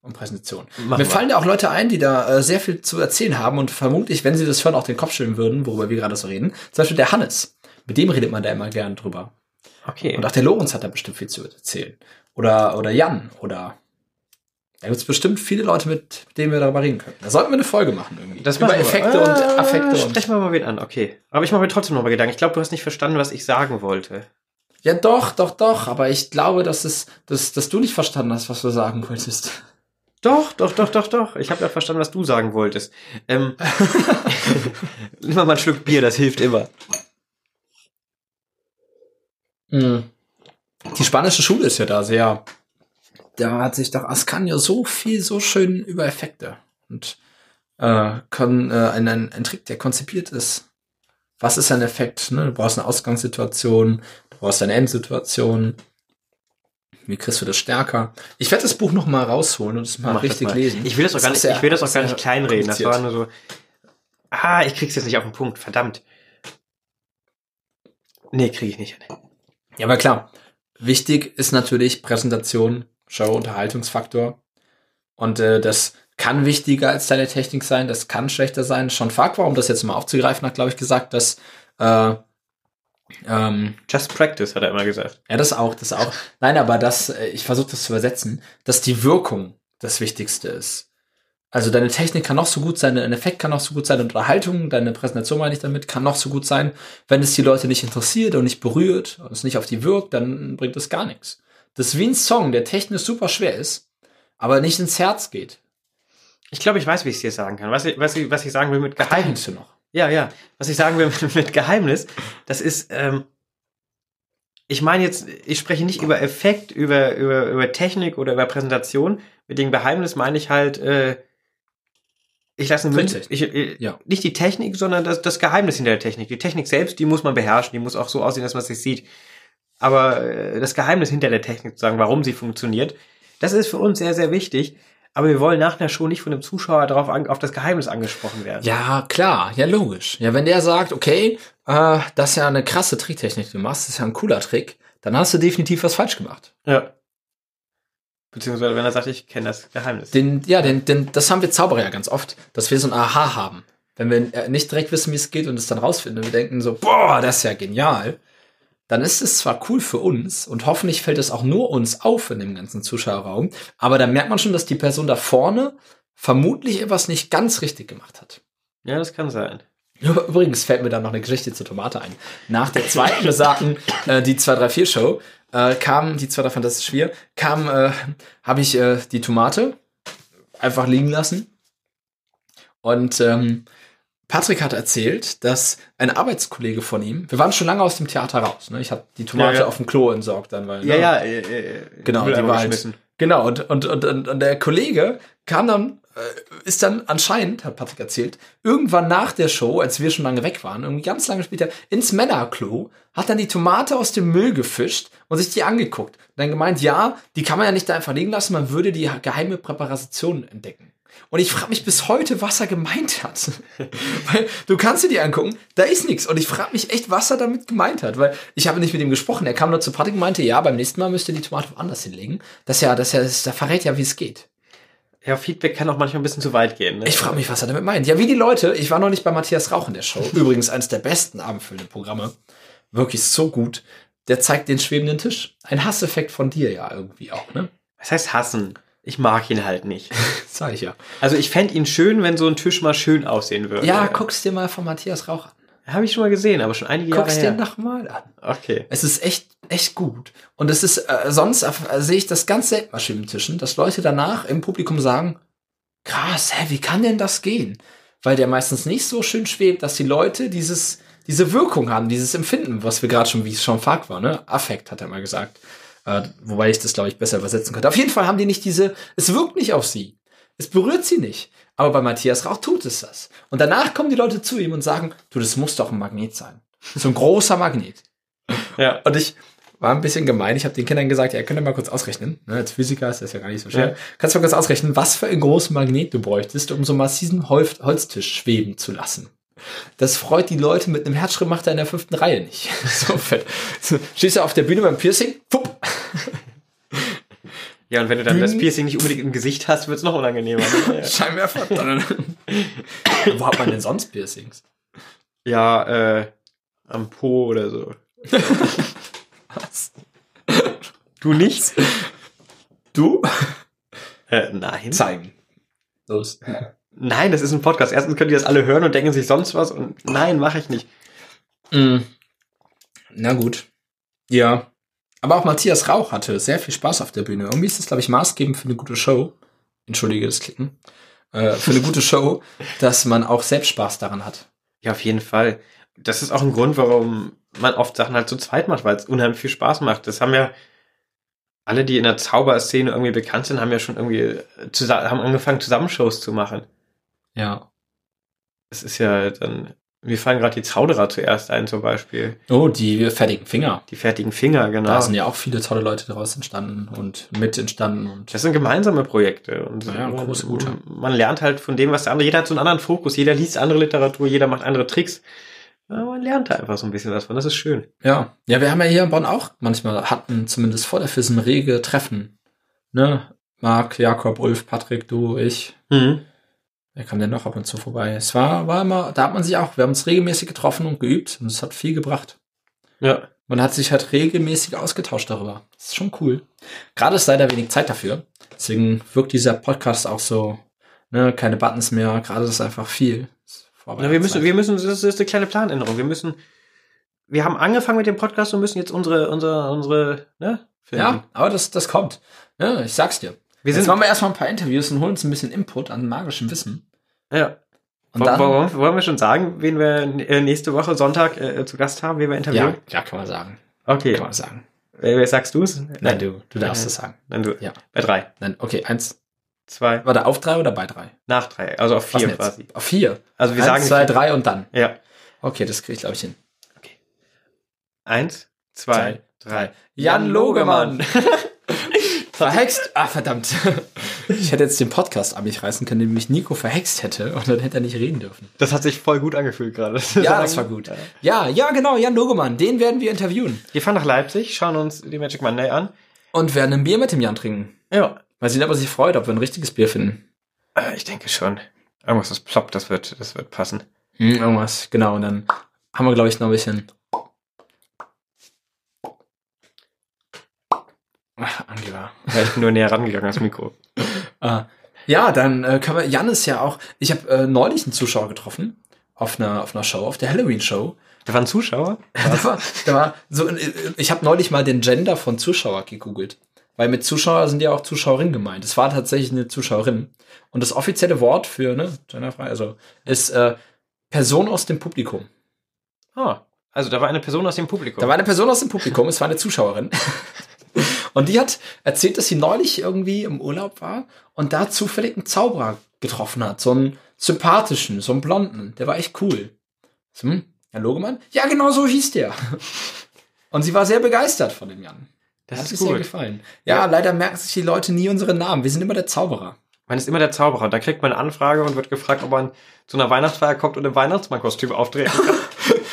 Speaker 2: und Präsentationen.
Speaker 1: Machen
Speaker 2: Mir
Speaker 1: wir.
Speaker 2: fallen da auch Leute ein, die da äh, sehr viel zu erzählen haben und vermutlich, wenn sie das hören, auch den Kopf schütteln würden, worüber wir gerade so reden. Zum Beispiel der Hannes. Mit dem redet man da immer gern drüber.
Speaker 1: Okay.
Speaker 2: Und auch der Lorenz hat da bestimmt viel zu erzählen. Oder, oder Jan. Oder da gibt es bestimmt viele Leute, mit denen wir darüber reden können. Da sollten wir eine Folge machen irgendwie. Über
Speaker 1: machen wir.
Speaker 2: Effekte und
Speaker 1: Ah,
Speaker 2: Affekte. Und
Speaker 1: Sprechen wir mal wen an, okay. Aber ich mache mir trotzdem nochmal Gedanken. Ich glaube, du hast nicht verstanden, was ich sagen wollte.
Speaker 2: Ja, doch, doch, doch, aber ich glaube, dass es, dass, dass du nicht verstanden hast, was du sagen wolltest.
Speaker 1: Doch, doch, doch, doch, doch. Ich habe ja verstanden, was du sagen wolltest. Ähm, nimm mal einen Schluck Bier, das hilft immer.
Speaker 2: Hm. Die spanische Schule ist ja da sehr. Da hat sich doch Ascanio so viel, so schön über Effekte und äh, kann, äh, ein, ein, ein Trick, der konzipiert ist. Was ist ein Effekt? Ne? Du brauchst eine Ausgangssituation, du brauchst eine Endsituation. Wie kriegst du das stärker? Ich werde das Buch noch mal rausholen und es mal
Speaker 1: Mach das
Speaker 2: richtig
Speaker 1: mal.
Speaker 2: lesen.
Speaker 1: Ich will Ah, das auch gar
Speaker 2: ist
Speaker 1: nicht,
Speaker 2: sehr-
Speaker 1: ich will das auch gar
Speaker 2: sehr
Speaker 1: nicht kleinreden. Das war
Speaker 2: kompliziert.
Speaker 1: nur so. Ah, ich krieg's jetzt nicht auf den Punkt. Verdammt. Nee, krieg ich nicht.
Speaker 2: Ja, aber klar. Wichtig ist natürlich Präsentation, Show, Unterhaltungsfaktor. Und äh, das kann wichtiger als deine Technik sein, das kann schlechter sein. Schon Farquhar, um das jetzt mal aufzugreifen, hat, glaube ich, gesagt, dass äh, ähm,
Speaker 1: Just practice, hat er immer gesagt.
Speaker 2: ja, das auch, das auch. Nein, aber das, äh, ich versuche das zu übersetzen, dass die Wirkung das Wichtigste ist. Also deine Technik kann noch so gut sein, dein Effekt kann noch so gut sein, deine Unterhaltung, deine Präsentation meine ich damit, kann noch so gut sein. Wenn es die Leute nicht interessiert und nicht berührt und es nicht auf die wirkt, dann bringt es gar nichts. Das ist wie ein Song, der technisch super schwer ist, aber nicht ins Herz geht.
Speaker 1: Ich glaube, ich weiß, wie ich es dir sagen kann. Was ich, was, ich, was ich sagen will mit
Speaker 2: Da
Speaker 1: Geheimnis.
Speaker 2: hängst du noch.
Speaker 1: Ja, ja. Was ich sagen will mit, mit Geheimnis, das ist, ähm, ich meine jetzt, ich spreche nicht über Effekt, über, über, über Technik oder über Präsentation. Mit dem Geheimnis meine ich halt, äh, ich lasse eine Münze.
Speaker 2: Richtig.
Speaker 1: Ich, äh,
Speaker 2: Ja.
Speaker 1: Nicht die Technik, sondern das, das Geheimnis hinter der Technik. Die Technik selbst, die muss man beherrschen, die muss auch so aussehen, dass man sie sieht. Aber äh, das Geheimnis hinter der Technik zu sagen, warum sie funktioniert, das ist für uns sehr, sehr wichtig. Aber wir wollen nach einer Show nicht von dem Zuschauer darauf an, auf das Geheimnis angesprochen werden.
Speaker 2: Ja, klar, ja, logisch. Ja, wenn der sagt, okay, äh, das ist ja eine krasse Tricktechnik, die du machst, das ist ja ein cooler Trick, dann hast du definitiv was falsch gemacht.
Speaker 1: Ja. Beziehungsweise, wenn er sagt, ich kenne das Geheimnis.
Speaker 2: Den, ja, den, den, das haben wir Zauberer ja ganz oft, dass wir so ein Aha haben. Wenn wir äh, nicht direkt wissen, wie es geht und es dann rausfinden und wir denken so, boah, das ist ja genial, dann ist es zwar cool für uns und hoffentlich fällt es auch nur uns auf in dem ganzen Zuschauerraum, aber dann merkt man schon, dass die Person da vorne vermutlich etwas nicht ganz richtig gemacht hat.
Speaker 1: ja, das kann sein.
Speaker 2: Übrigens fällt mir da noch eine Geschichte zur Tomate ein. Nach der zweiten besagten äh, die 234 Show äh, kam die 2 Fantastisch 4 kam äh, habe ich äh, die Tomate einfach liegen lassen und ähm, Patrick hat erzählt, dass ein Arbeitskollege von ihm, wir waren schon lange aus dem Theater raus, ne? ich habe die Tomate
Speaker 1: Ja, ja.
Speaker 2: auf dem Klo entsorgt dann, weil
Speaker 1: Ja,
Speaker 2: ne?
Speaker 1: ja, äh, äh,
Speaker 2: Genau, die
Speaker 1: Mülleimer
Speaker 2: war halt-
Speaker 1: geschmissen.
Speaker 2: Genau, und, und, und, und, und der Kollege kam dann, äh, ist dann anscheinend, hat Patrick erzählt, irgendwann nach der Show, als wir schon lange weg waren, irgendwie ganz lange später, ins Männerklo, hat dann die Tomate aus dem Müll gefischt und sich die angeguckt. Und dann gemeint, ja, die kann man ja nicht da einfach liegen lassen, man würde die geheime Präparation entdecken. Und ich frage mich bis heute, was er gemeint hat. weil du kannst dir die angucken, da ist nichts. Und ich frage mich echt, was er damit gemeint hat. Weil ich habe nicht mit ihm gesprochen. Er kam nur zu Patrick und meinte, ja, beim nächsten Mal müsst ihr die Tomate woanders hinlegen. Das ja, das ja, das, da verrät ja, wie es geht.
Speaker 1: Ja, Feedback kann auch manchmal ein bisschen zu weit gehen. Ne?
Speaker 2: Ich frage mich, was er damit meint. Ja, wie die Leute. Ich war noch nicht bei Matthias Rauch in der Show. Übrigens eines der besten abendfüllenden Programme. Wirklich so gut. Der zeigt den schwebenden Tisch. Ein Hasseffekt von dir ja irgendwie auch, ne?
Speaker 1: Was heißt hassen? Ich mag ihn halt nicht.
Speaker 2: Das sag ich ja.
Speaker 1: Also ich fände ihn schön, wenn so ein Tisch mal schön aussehen würde.
Speaker 2: Ja, guck's dir mal von Matthias Rauch an.
Speaker 1: Habe ich schon mal gesehen, aber schon einige
Speaker 2: Guck's dir
Speaker 1: Jahre her.
Speaker 2: nochmal an.
Speaker 1: Okay.
Speaker 2: Es ist echt, echt gut. Und es ist, äh, sonst äh, sehe ich das ganz selten bei Schwimmtischen, dass Leute danach im Publikum sagen, krass, hä, wie kann denn das gehen? Weil der meistens nicht so schön schwebt, dass die Leute dieses, diese Wirkung haben, dieses Empfinden, was wir gerade schon, wie es schon Fark war, ne? Affekt hat er mal gesagt. Äh, wobei ich das, glaube ich, besser übersetzen könnte. Auf jeden Fall haben die nicht diese, es wirkt nicht auf sie. Es berührt sie nicht. Aber bei Matthias Rauch tut es das. Und danach kommen die Leute zu ihm und sagen, du, das muss doch ein Magnet sein. So ein großer Magnet.
Speaker 1: Ja.
Speaker 2: Und ich war ein bisschen gemein. Ich habe den Kindern gesagt, ja, könnt ihr mal kurz ausrechnen. Ne, als Physiker ist das ja gar nicht so schwer.
Speaker 1: Ja.
Speaker 2: Kannst du mal kurz ausrechnen, was für einen großen Magnet du bräuchtest, um so einen massiven Hol Holztisch schweben zu lassen. Das freut die Leute mit einem Herzschrittmacher in der fünften Reihe nicht. So fett. So, Stehst du auf der Bühne beim Piercing? Pupp.
Speaker 1: Ja, und wenn du dann
Speaker 2: Dünn.
Speaker 1: das Piercing nicht unbedingt im Gesicht hast, wird's noch unangenehmer. ne? ja,
Speaker 2: Scheinwerfer. Dann- Wo hat man denn sonst Piercings?
Speaker 1: ja äh, am Po oder so.
Speaker 2: Was?
Speaker 1: Du nicht?
Speaker 2: Du?
Speaker 1: Äh, nein.
Speaker 2: Zeigen. Los.
Speaker 1: Nein, das ist ein Podcast. Erstens können die das alle hören und denken sich sonst was und nein, mache ich nicht.
Speaker 2: Mm. Na gut. Ja. Aber auch Matthias Rauch hatte sehr viel Spaß auf der Bühne. Irgendwie ist das, glaube ich, maßgebend für eine gute Show. Entschuldige das Klicken. Äh, für eine gute Show, dass man auch selbst Spaß daran hat.
Speaker 1: Ja, auf jeden Fall. Das ist auch ein Grund, warum man oft Sachen halt zu zweit macht, weil es unheimlich viel Spaß macht. Das haben ja alle, die in der Zauberszene irgendwie bekannt sind, haben ja schon irgendwie äh, zusammen, haben angefangen, Zusammenshows zu machen.
Speaker 2: Ja.
Speaker 1: Es ist ja dann, mir fallen gerade die Zauderer zuerst ein zum Beispiel.
Speaker 2: Oh, die fertigen Finger.
Speaker 1: Die fertigen Finger, genau.
Speaker 2: Da sind ja auch viele tolle Leute daraus entstanden und mit entstanden und
Speaker 1: Das sind gemeinsame Projekte. Und
Speaker 2: Ja, ja, große Gute.
Speaker 1: man lernt halt von dem, was der andere, jeder hat so einen anderen Fokus, jeder liest andere Literatur, jeder macht andere Tricks. Ja, man lernt da einfach so ein bisschen was von, das ist schön.
Speaker 2: Ja, ja, wir haben ja hier in Bonn auch manchmal hatten, zumindest vor der FISM, rege Treffen. Ne? Marc, Jakob, Ulf, Patrick, du, ich.
Speaker 1: Mhm.
Speaker 2: Wer kam denn noch ab und zu vorbei? Es war, war immer, da hat man sich auch, wir haben uns regelmäßig getroffen und geübt und es hat viel gebracht.
Speaker 1: Ja.
Speaker 2: Man hat sich halt regelmäßig ausgetauscht darüber. Das ist schon cool. Gerade ist leider wenig Zeit dafür. Deswegen wirkt dieser Podcast auch so, ne, keine Buttons mehr. Gerade ist einfach viel.
Speaker 1: Na, wir müssen, wir müssen, das ist eine kleine Planänderung. Wir müssen, wir haben angefangen mit dem Podcast und müssen jetzt unsere, unsere, unsere, ne? finden.
Speaker 2: ja, aber das, das kommt. Ja, ich sag's dir.
Speaker 1: Wir
Speaker 2: Jetzt
Speaker 1: sind,
Speaker 2: machen wir erstmal ein paar Interviews und holen uns ein bisschen Input an magischem Wissen.
Speaker 1: ja.
Speaker 2: Und
Speaker 1: Wollen-
Speaker 2: dann,
Speaker 1: wollen, wollen wir schon sagen, wen wir äh, nächste Woche Sonntag äh, zu Gast haben, wen wir interviewen?
Speaker 2: ja, ja, kann man sagen.
Speaker 1: Okay.
Speaker 2: Kann man sagen.
Speaker 1: Äh, wer sagst du es?
Speaker 2: Nein, du, du darfst
Speaker 1: Äh,
Speaker 2: es sagen.
Speaker 1: Nein, du.
Speaker 2: Ja.
Speaker 1: Bei drei.
Speaker 2: Nein, okay, eins.
Speaker 1: Zwei.
Speaker 2: War da auf drei oder bei drei?
Speaker 1: Nach drei. Also auf
Speaker 2: Was
Speaker 1: vier
Speaker 2: denn jetzt?
Speaker 1: quasi.
Speaker 2: Auf vier.
Speaker 1: Also wir
Speaker 2: eins,
Speaker 1: sagen.
Speaker 2: zwei, drei und dann.
Speaker 1: Ja.
Speaker 2: Okay, das kriege ich, glaube ich, hin.
Speaker 1: Eins, zwei, drei.
Speaker 2: Jan Logemann. Verhext. Ah, verdammt. Ich hätte jetzt den Podcast an mich reißen können, den mich Nico verhext hätte und dann hätte er nicht reden dürfen.
Speaker 1: Das hat sich voll gut angefühlt gerade.
Speaker 2: Ja, das war gut. Ja, ja, genau, Jan Logemann. Den werden wir interviewen.
Speaker 1: Wir fahren nach Leipzig, schauen uns die Magic Monday an.
Speaker 2: Und werden ein Bier mit dem Jan trinken.
Speaker 1: Ja.
Speaker 2: Mal sehen, ob er sich freut, ob wir ein richtiges Bier finden.
Speaker 1: Äh, Ich denke schon. Irgendwas ist plopp, das wird, das wird passen.
Speaker 2: Hm, irgendwas, genau. Und dann haben wir, glaube ich, noch ein bisschen. Ach, Angeber.
Speaker 1: Ja, Ich bin nur näher rangegangen ans Mikro.
Speaker 2: Ah, ja, dann äh, können wir. Jan ist ja auch. Ich habe äh, neulich einen Zuschauer getroffen auf einer, auf einer Show, auf der Halloween-Show.
Speaker 1: Da waren Zuschauer?
Speaker 2: Da war, da war so, ein- ich habe neulich mal den Gender von Zuschauer gegoogelt. Weil mit Zuschauer sind ja auch Zuschauerinnen gemeint. Es war tatsächlich eine Zuschauerin. Und das offizielle Wort für, ne, genderfrei, also, ist äh, Person aus dem Publikum.
Speaker 1: Ah, also da war eine Person aus dem Publikum.
Speaker 2: Da war eine Person aus dem Publikum, es war eine Zuschauerin. Und die hat erzählt, dass sie neulich irgendwie im Urlaub war und da zufällig einen Zauberer getroffen hat. So einen sympathischen, so einen blonden. Der war echt cool. So, hm, Herr Logemann? Ja, genau so hieß der. Und sie war sehr begeistert von dem Jan.
Speaker 1: das
Speaker 2: Hat
Speaker 1: ist
Speaker 2: ihr sehr
Speaker 1: cool.
Speaker 2: gefallen. Ja, leider merken sich die Leute nie unsere Namen. Wir sind immer der Zauberer.
Speaker 1: Man ist immer der Zauberer. und Da kriegt man eine Anfrage und wird gefragt, ob man zu einer Weihnachtsfeier kommt und im Weihnachtsmannkostüm auftreten kann.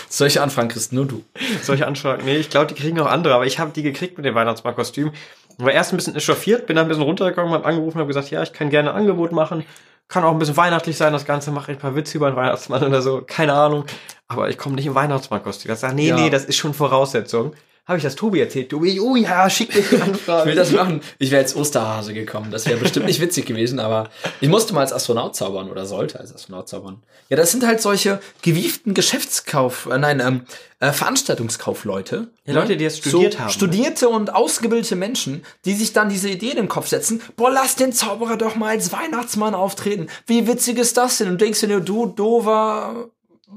Speaker 2: Solche Anfragen kriegst nur du.
Speaker 1: Solche Anfragen. Nee, ich glaube, die kriegen auch andere, aber ich habe die gekriegt mit dem Weihnachtsmannkostüm. War erst ein bisschen echauffiert, bin dann ein bisschen runtergekommen, habe angerufen, habe gesagt, ja, ich kann gerne ein Angebot machen. Kann auch ein bisschen weihnachtlich sein, das Ganze mache ich ein paar Witze über einen Weihnachtsmann oder so, keine Ahnung. Aber ich komme nicht im Weihnachtsmannkostüm. Ich sage, nee,
Speaker 2: Ja.
Speaker 1: nee, das ist schon Voraussetzung. Habe ich das Tobi erzählt? Tobi, oh ja, schick mir die
Speaker 2: Ich will
Speaker 1: Anfrage.
Speaker 2: das machen. Ich wäre als Osterhase gekommen. Das wäre bestimmt nicht witzig gewesen, aber ich musste mal als Astronaut zaubern oder sollte als Astronaut zaubern. Ja, das sind halt solche gewieften Geschäftskauf, äh, nein, ähm, äh, Veranstaltungskaufleute.
Speaker 1: Ja, Leute, die das studiert haben.
Speaker 2: Ne? Studierte und ausgebildete Menschen, die sich dann diese Ideen im Kopf setzen. Boah, lass den Zauberer doch mal als Weihnachtsmann auftreten. Wie witzig ist das denn? Und denkst du dir, du dover,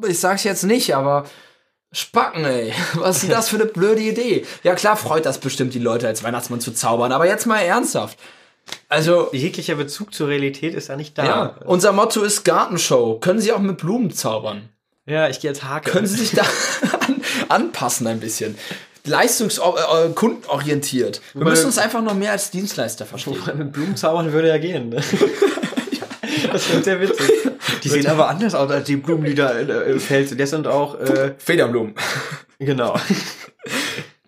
Speaker 2: ich sag's jetzt nicht, aber Spacken, ey. Was ist das für eine blöde Idee? Ja klar freut das bestimmt die Leute, als Weihnachtsmann zu zaubern, aber jetzt mal ernsthaft. Also,
Speaker 1: Jeglicher Bezug zur Realität ist da nicht da.
Speaker 2: ja, unser Motto ist Gartenshow. Können Sie auch mit Blumen zaubern?
Speaker 1: Ja, ich gehe als Hake.
Speaker 2: Können Sie sich da an, anpassen ein bisschen? Leistungs- äh, kundenorientiert. Wir
Speaker 1: Weil-
Speaker 2: müssen uns einfach noch mehr als Dienstleister verstehen.
Speaker 1: Wobei mit Blumen zaubern würde ja gehen. Ne? Das wird sehr witzig. Die sehen aber anders aus als die Blumen, die da äh, im Feld sind. Das sind auch, äh,
Speaker 2: Federblumen.
Speaker 1: genau.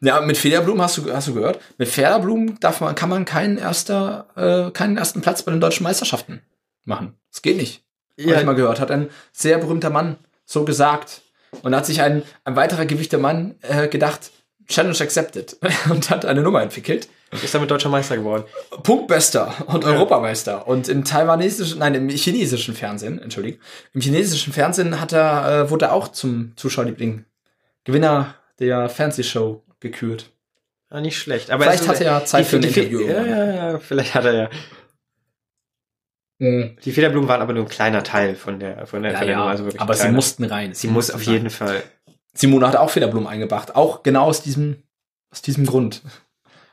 Speaker 2: Ja, mit Federblumen hast du, hast du gehört. Mit Federblumen darf man, kann man keinen, erster, äh, keinen ersten Platz bei den deutschen Meisterschaften machen. Das geht nicht. ja. ich mal gehört, hat ein sehr berühmter Mann so gesagt. Und da hat sich ein, ein weiterer gewichter Mann äh, gedacht, Challenge accepted und hat eine Nummer entwickelt.
Speaker 1: ist damit deutscher Meister geworden.
Speaker 2: Punktbester und Europameister. Und im taiwanesischen, nein, im chinesischen Fernsehen, entschuldigung, im chinesischen Fernsehen hat er, äh, wurde er auch zum Zuschauerliebling. Gewinner der Fernsehshow gekürt.
Speaker 1: Ja, Ah, nicht schlecht. Aber
Speaker 2: Vielleicht
Speaker 1: es ist-
Speaker 2: hat er ja Zeit
Speaker 1: die-
Speaker 2: für ein
Speaker 1: die- die-
Speaker 2: Interview.
Speaker 1: Ja, ja, ja, vielleicht hat er ja. Die Federblumen waren aber nur ein kleiner Teil von der von der,
Speaker 2: Mhm. Ja,
Speaker 1: von der
Speaker 2: ja,
Speaker 1: Nummer, also wirklich
Speaker 2: aber
Speaker 1: ein
Speaker 2: sie
Speaker 1: kleiner.
Speaker 2: mussten rein.
Speaker 1: sie muss auf jeden Fall.
Speaker 2: Simone hat auch Federblumen eingebracht, auch genau aus diesem, aus diesem Grund.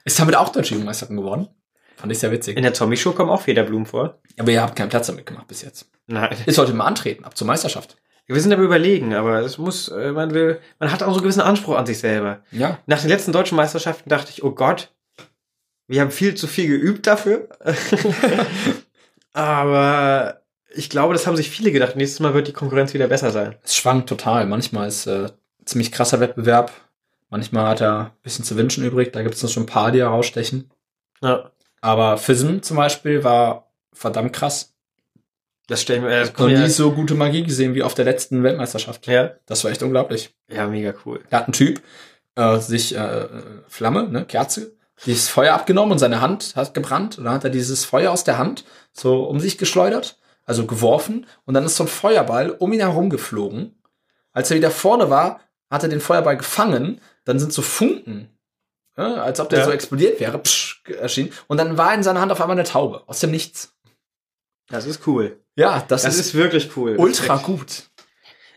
Speaker 2: Ist damit auch deutsche Jugendmeisterin geworden. Fand ich sehr
Speaker 1: In
Speaker 2: witzig.
Speaker 1: der Zombie Show kommen auch Federblumen vor.
Speaker 2: Aber ihr habt keinen Platz damit gemacht bis jetzt.
Speaker 1: Nein.
Speaker 2: Ihr solltet mal antreten, ab zur Meisterschaft.
Speaker 1: Wir sind aber überlegen, aber es muss äh, man will man hat auch so einen gewissen Anspruch an sich selber.
Speaker 2: Ja.
Speaker 1: Nach den letzten deutschen Meisterschaften dachte ich, oh Gott, wir haben viel zu viel geübt dafür. aber ich glaube, das haben sich viele gedacht. Nächstes Mal wird die Konkurrenz wieder besser sein.
Speaker 2: Es schwankt total. Manchmal ist äh, ziemlich krasser Wettbewerb. Manchmal hat er ein bisschen zu wünschen übrig. Da gibt es noch schon ein paar, die herausstechen.
Speaker 1: Ja,
Speaker 2: Aber FISM zum Beispiel war verdammt krass.
Speaker 1: das stellen wir. Äh, das
Speaker 2: Ich habe
Speaker 1: kommt
Speaker 2: noch nie
Speaker 1: ja,
Speaker 2: so gute Magie gesehen wie auf der letzten Weltmeisterschaft.
Speaker 1: ja,
Speaker 2: Das war echt unglaublich.
Speaker 1: ja, mega cool.
Speaker 2: Da hat ein Typ äh, sich äh, Flamme, ne, Kerze, dieses Feuer abgenommen und seine Hand hat gebrannt. Und dann hat er dieses Feuer aus der Hand so um sich geschleudert, also geworfen. Und dann ist so ein Feuerball um ihn herum geflogen. Als er wieder vorne war, hat er den Feuerball gefangen. Dann sind so Funken, ne, als ob der
Speaker 1: Ja.
Speaker 2: so explodiert wäre, psch, erschienen. Und dann war in seiner Hand auf einmal eine Taube aus dem Nichts.
Speaker 1: Das ist cool.
Speaker 2: Ja, das,
Speaker 1: Das
Speaker 2: ist,
Speaker 1: ist wirklich cool.
Speaker 2: ultra gut.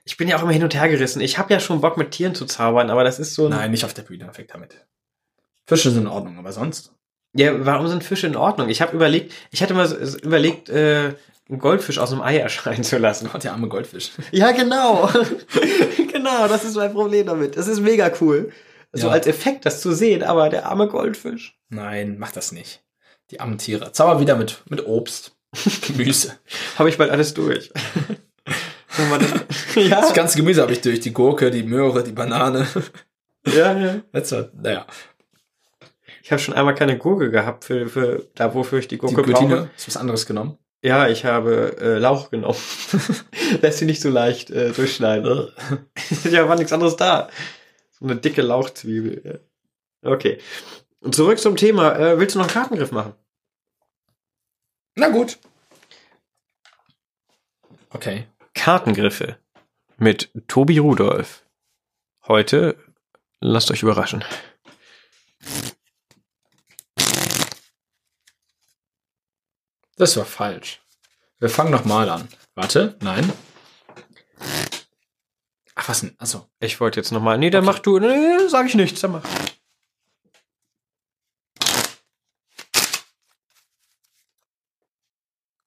Speaker 1: Ich bin ja auch immer hin und her gerissen. Ich habe ja schon Bock mit Tieren zu zaubern, aber das ist so ein.
Speaker 2: Nein, nicht auf der Bühne, weg damit. Fische sind in Ordnung, aber sonst.
Speaker 1: Ja, warum sind Fische in Ordnung? Ich habe überlegt, ich hatte mal so- so überlegt, äh, einen Goldfisch aus einem Ei erscheinen zu lassen.
Speaker 2: Gott, der arme Goldfisch.
Speaker 1: Ja, genau. genau, das ist mein Problem damit. Das ist mega cool. So
Speaker 2: Ja.
Speaker 1: als Effekt, das zu sehen, aber der arme Goldfisch.
Speaker 2: Nein, mach das nicht. Die armen Tiere. Zauber wieder mit, mit Obst, Gemüse.
Speaker 1: Habe ich bald alles durch. Wenn man das- ja,
Speaker 2: Das ganze Gemüse habe ich durch. Die Gurke, die Möhre, die Banane.
Speaker 1: ja, ja.
Speaker 2: That's what, naja,
Speaker 1: Ich habe schon einmal keine Gurke gehabt für, für da, wofür ich die
Speaker 2: die
Speaker 1: Gurke brauche.
Speaker 2: Gürtine ist was anderes genommen.
Speaker 1: Ja, ich habe äh, Lauch genommen. Lässt sie nicht so leicht äh, durchschneiden. ja, war nichts anderes da. So eine dicke Lauchzwiebel. ja. Okay. Und zurück zum Thema. Äh, willst du noch einen Kartengriff machen?
Speaker 2: Na gut. Okay.
Speaker 1: Kartengriffe mit Tobi Rudolf. Heute lasst euch überraschen.
Speaker 2: Das war falsch. Wir fangen nochmal an. Warte, nein. Ach, was denn? Also, Achso.
Speaker 1: Ich wollte jetzt nochmal. Nee, dann mach du. Nee, sag ich nichts. Dann mach.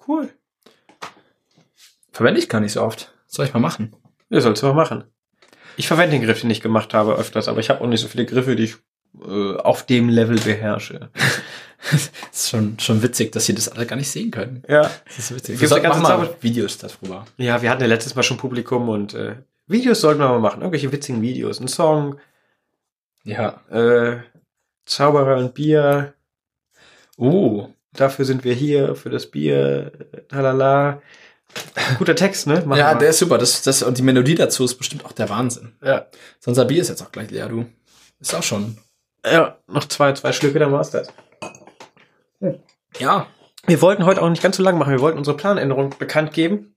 Speaker 1: Cool.
Speaker 2: Verwende ich gar nicht so oft. Soll ich mal machen?
Speaker 1: Ja, sollst du mal machen. Ich verwende den Griff, den ich gemacht habe, öfters, aber ich habe auch nicht so viele Griffe, die ich äh, auf dem Level beherrsche.
Speaker 2: ist schon, schon witzig, dass sie das alle gar nicht sehen können.
Speaker 1: Ja.
Speaker 2: Das ist witzig. Wir
Speaker 1: Gibt's da
Speaker 2: sollten- mach
Speaker 1: ganze
Speaker 2: mal Videos darüber.
Speaker 1: Ja, wir hatten ja letztes Mal schon Publikum und äh, Videos sollten wir mal machen. Irgendwelche witzigen Videos. Ein Song,
Speaker 2: Ja.
Speaker 1: äh, Zauberer und Bier.
Speaker 2: Oh,
Speaker 1: Dafür sind wir hier, für das Bier. äh, Talala. Guter Text, ne? Machen
Speaker 2: ja,
Speaker 1: wir.
Speaker 2: der ist super. Das, das, und die Melodie dazu ist bestimmt auch der Wahnsinn.
Speaker 1: Ja.
Speaker 2: Sonst Bier ist jetzt auch gleich leer, du. Ist auch schon
Speaker 1: Ja, noch zwei, zwei Schlücke, dann war's das.
Speaker 2: Ja,
Speaker 1: Wir wollten heute auch nicht ganz so lang machen. Wir wollten unsere Planänderung bekannt geben.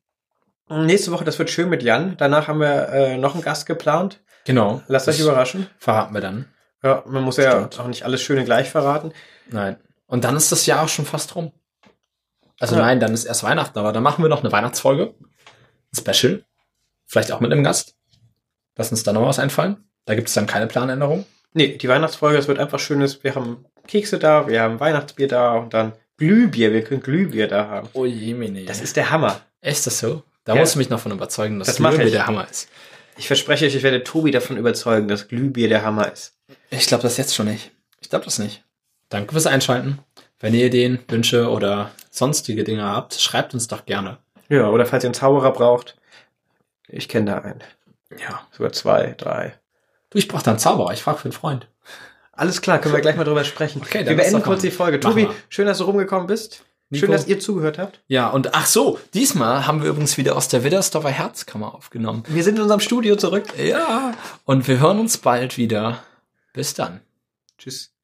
Speaker 1: Nächste Woche, das wird schön mit Jan. Danach haben wir äh, noch einen Gast geplant.
Speaker 2: genau.
Speaker 1: Lasst euch
Speaker 2: Das
Speaker 1: überraschen.
Speaker 2: Verraten wir dann.
Speaker 1: Ja, man muss ja
Speaker 2: Stimmt.
Speaker 1: auch nicht alles Schöne gleich verraten.
Speaker 2: Nein. Und dann ist das Jahr auch schon fast rum. Also
Speaker 1: Ja.
Speaker 2: nein, dann ist erst Weihnachten, aber dann machen wir noch eine Weihnachtsfolge. Ein Special. Vielleicht auch mit einem Gast. Lass uns da noch was einfallen. Da gibt es dann keine Planänderung.
Speaker 1: Nee, die Weihnachtsfolge, das wird einfach schönes. Wir haben Kekse da, wir haben Weihnachtsbier da und dann Glühbier. Wir können Glühbier da haben.
Speaker 2: Oh je, meine.
Speaker 1: Das ist der Hammer.
Speaker 2: Echt das so? Da
Speaker 1: Ja.
Speaker 2: musst du mich noch von überzeugen, dass
Speaker 1: Das mach
Speaker 2: Löwe
Speaker 1: ich.
Speaker 2: der Hammer ist.
Speaker 1: Ich verspreche euch, ich werde Tobi davon überzeugen, dass Glühbier der Hammer ist.
Speaker 2: Ich glaube das jetzt schon nicht. Ich glaube das nicht. Danke fürs Einschalten. Wenn ihr Ideen, Wünsche oder sonstige Dinge habt, schreibt uns doch gerne.
Speaker 1: Ja, oder falls ihr einen Zauberer braucht, ich kenne da einen.
Speaker 2: Ja.
Speaker 1: Sogar zwei, drei.
Speaker 2: Du, ich brauch da einen Zauberer. Ich frage für einen Freund.
Speaker 1: Alles klar, können wir gleich mal drüber sprechen.
Speaker 2: Okay, dann
Speaker 1: wir
Speaker 2: lass
Speaker 1: beenden
Speaker 2: doch
Speaker 1: kurz die
Speaker 2: machen.
Speaker 1: Folge.
Speaker 2: Machen
Speaker 1: Tobi,
Speaker 2: wir.
Speaker 1: schön, dass du rumgekommen bist.
Speaker 2: Nico.
Speaker 1: Schön, dass ihr zugehört habt.
Speaker 2: Ja, und ach so, diesmal haben wir übrigens wieder aus der Widdersdorfer Herzkammer aufgenommen.
Speaker 1: Wir sind in unserem Studio zurück.
Speaker 2: Ja. Und wir hören uns bald wieder. Bis dann.
Speaker 1: Tschüss.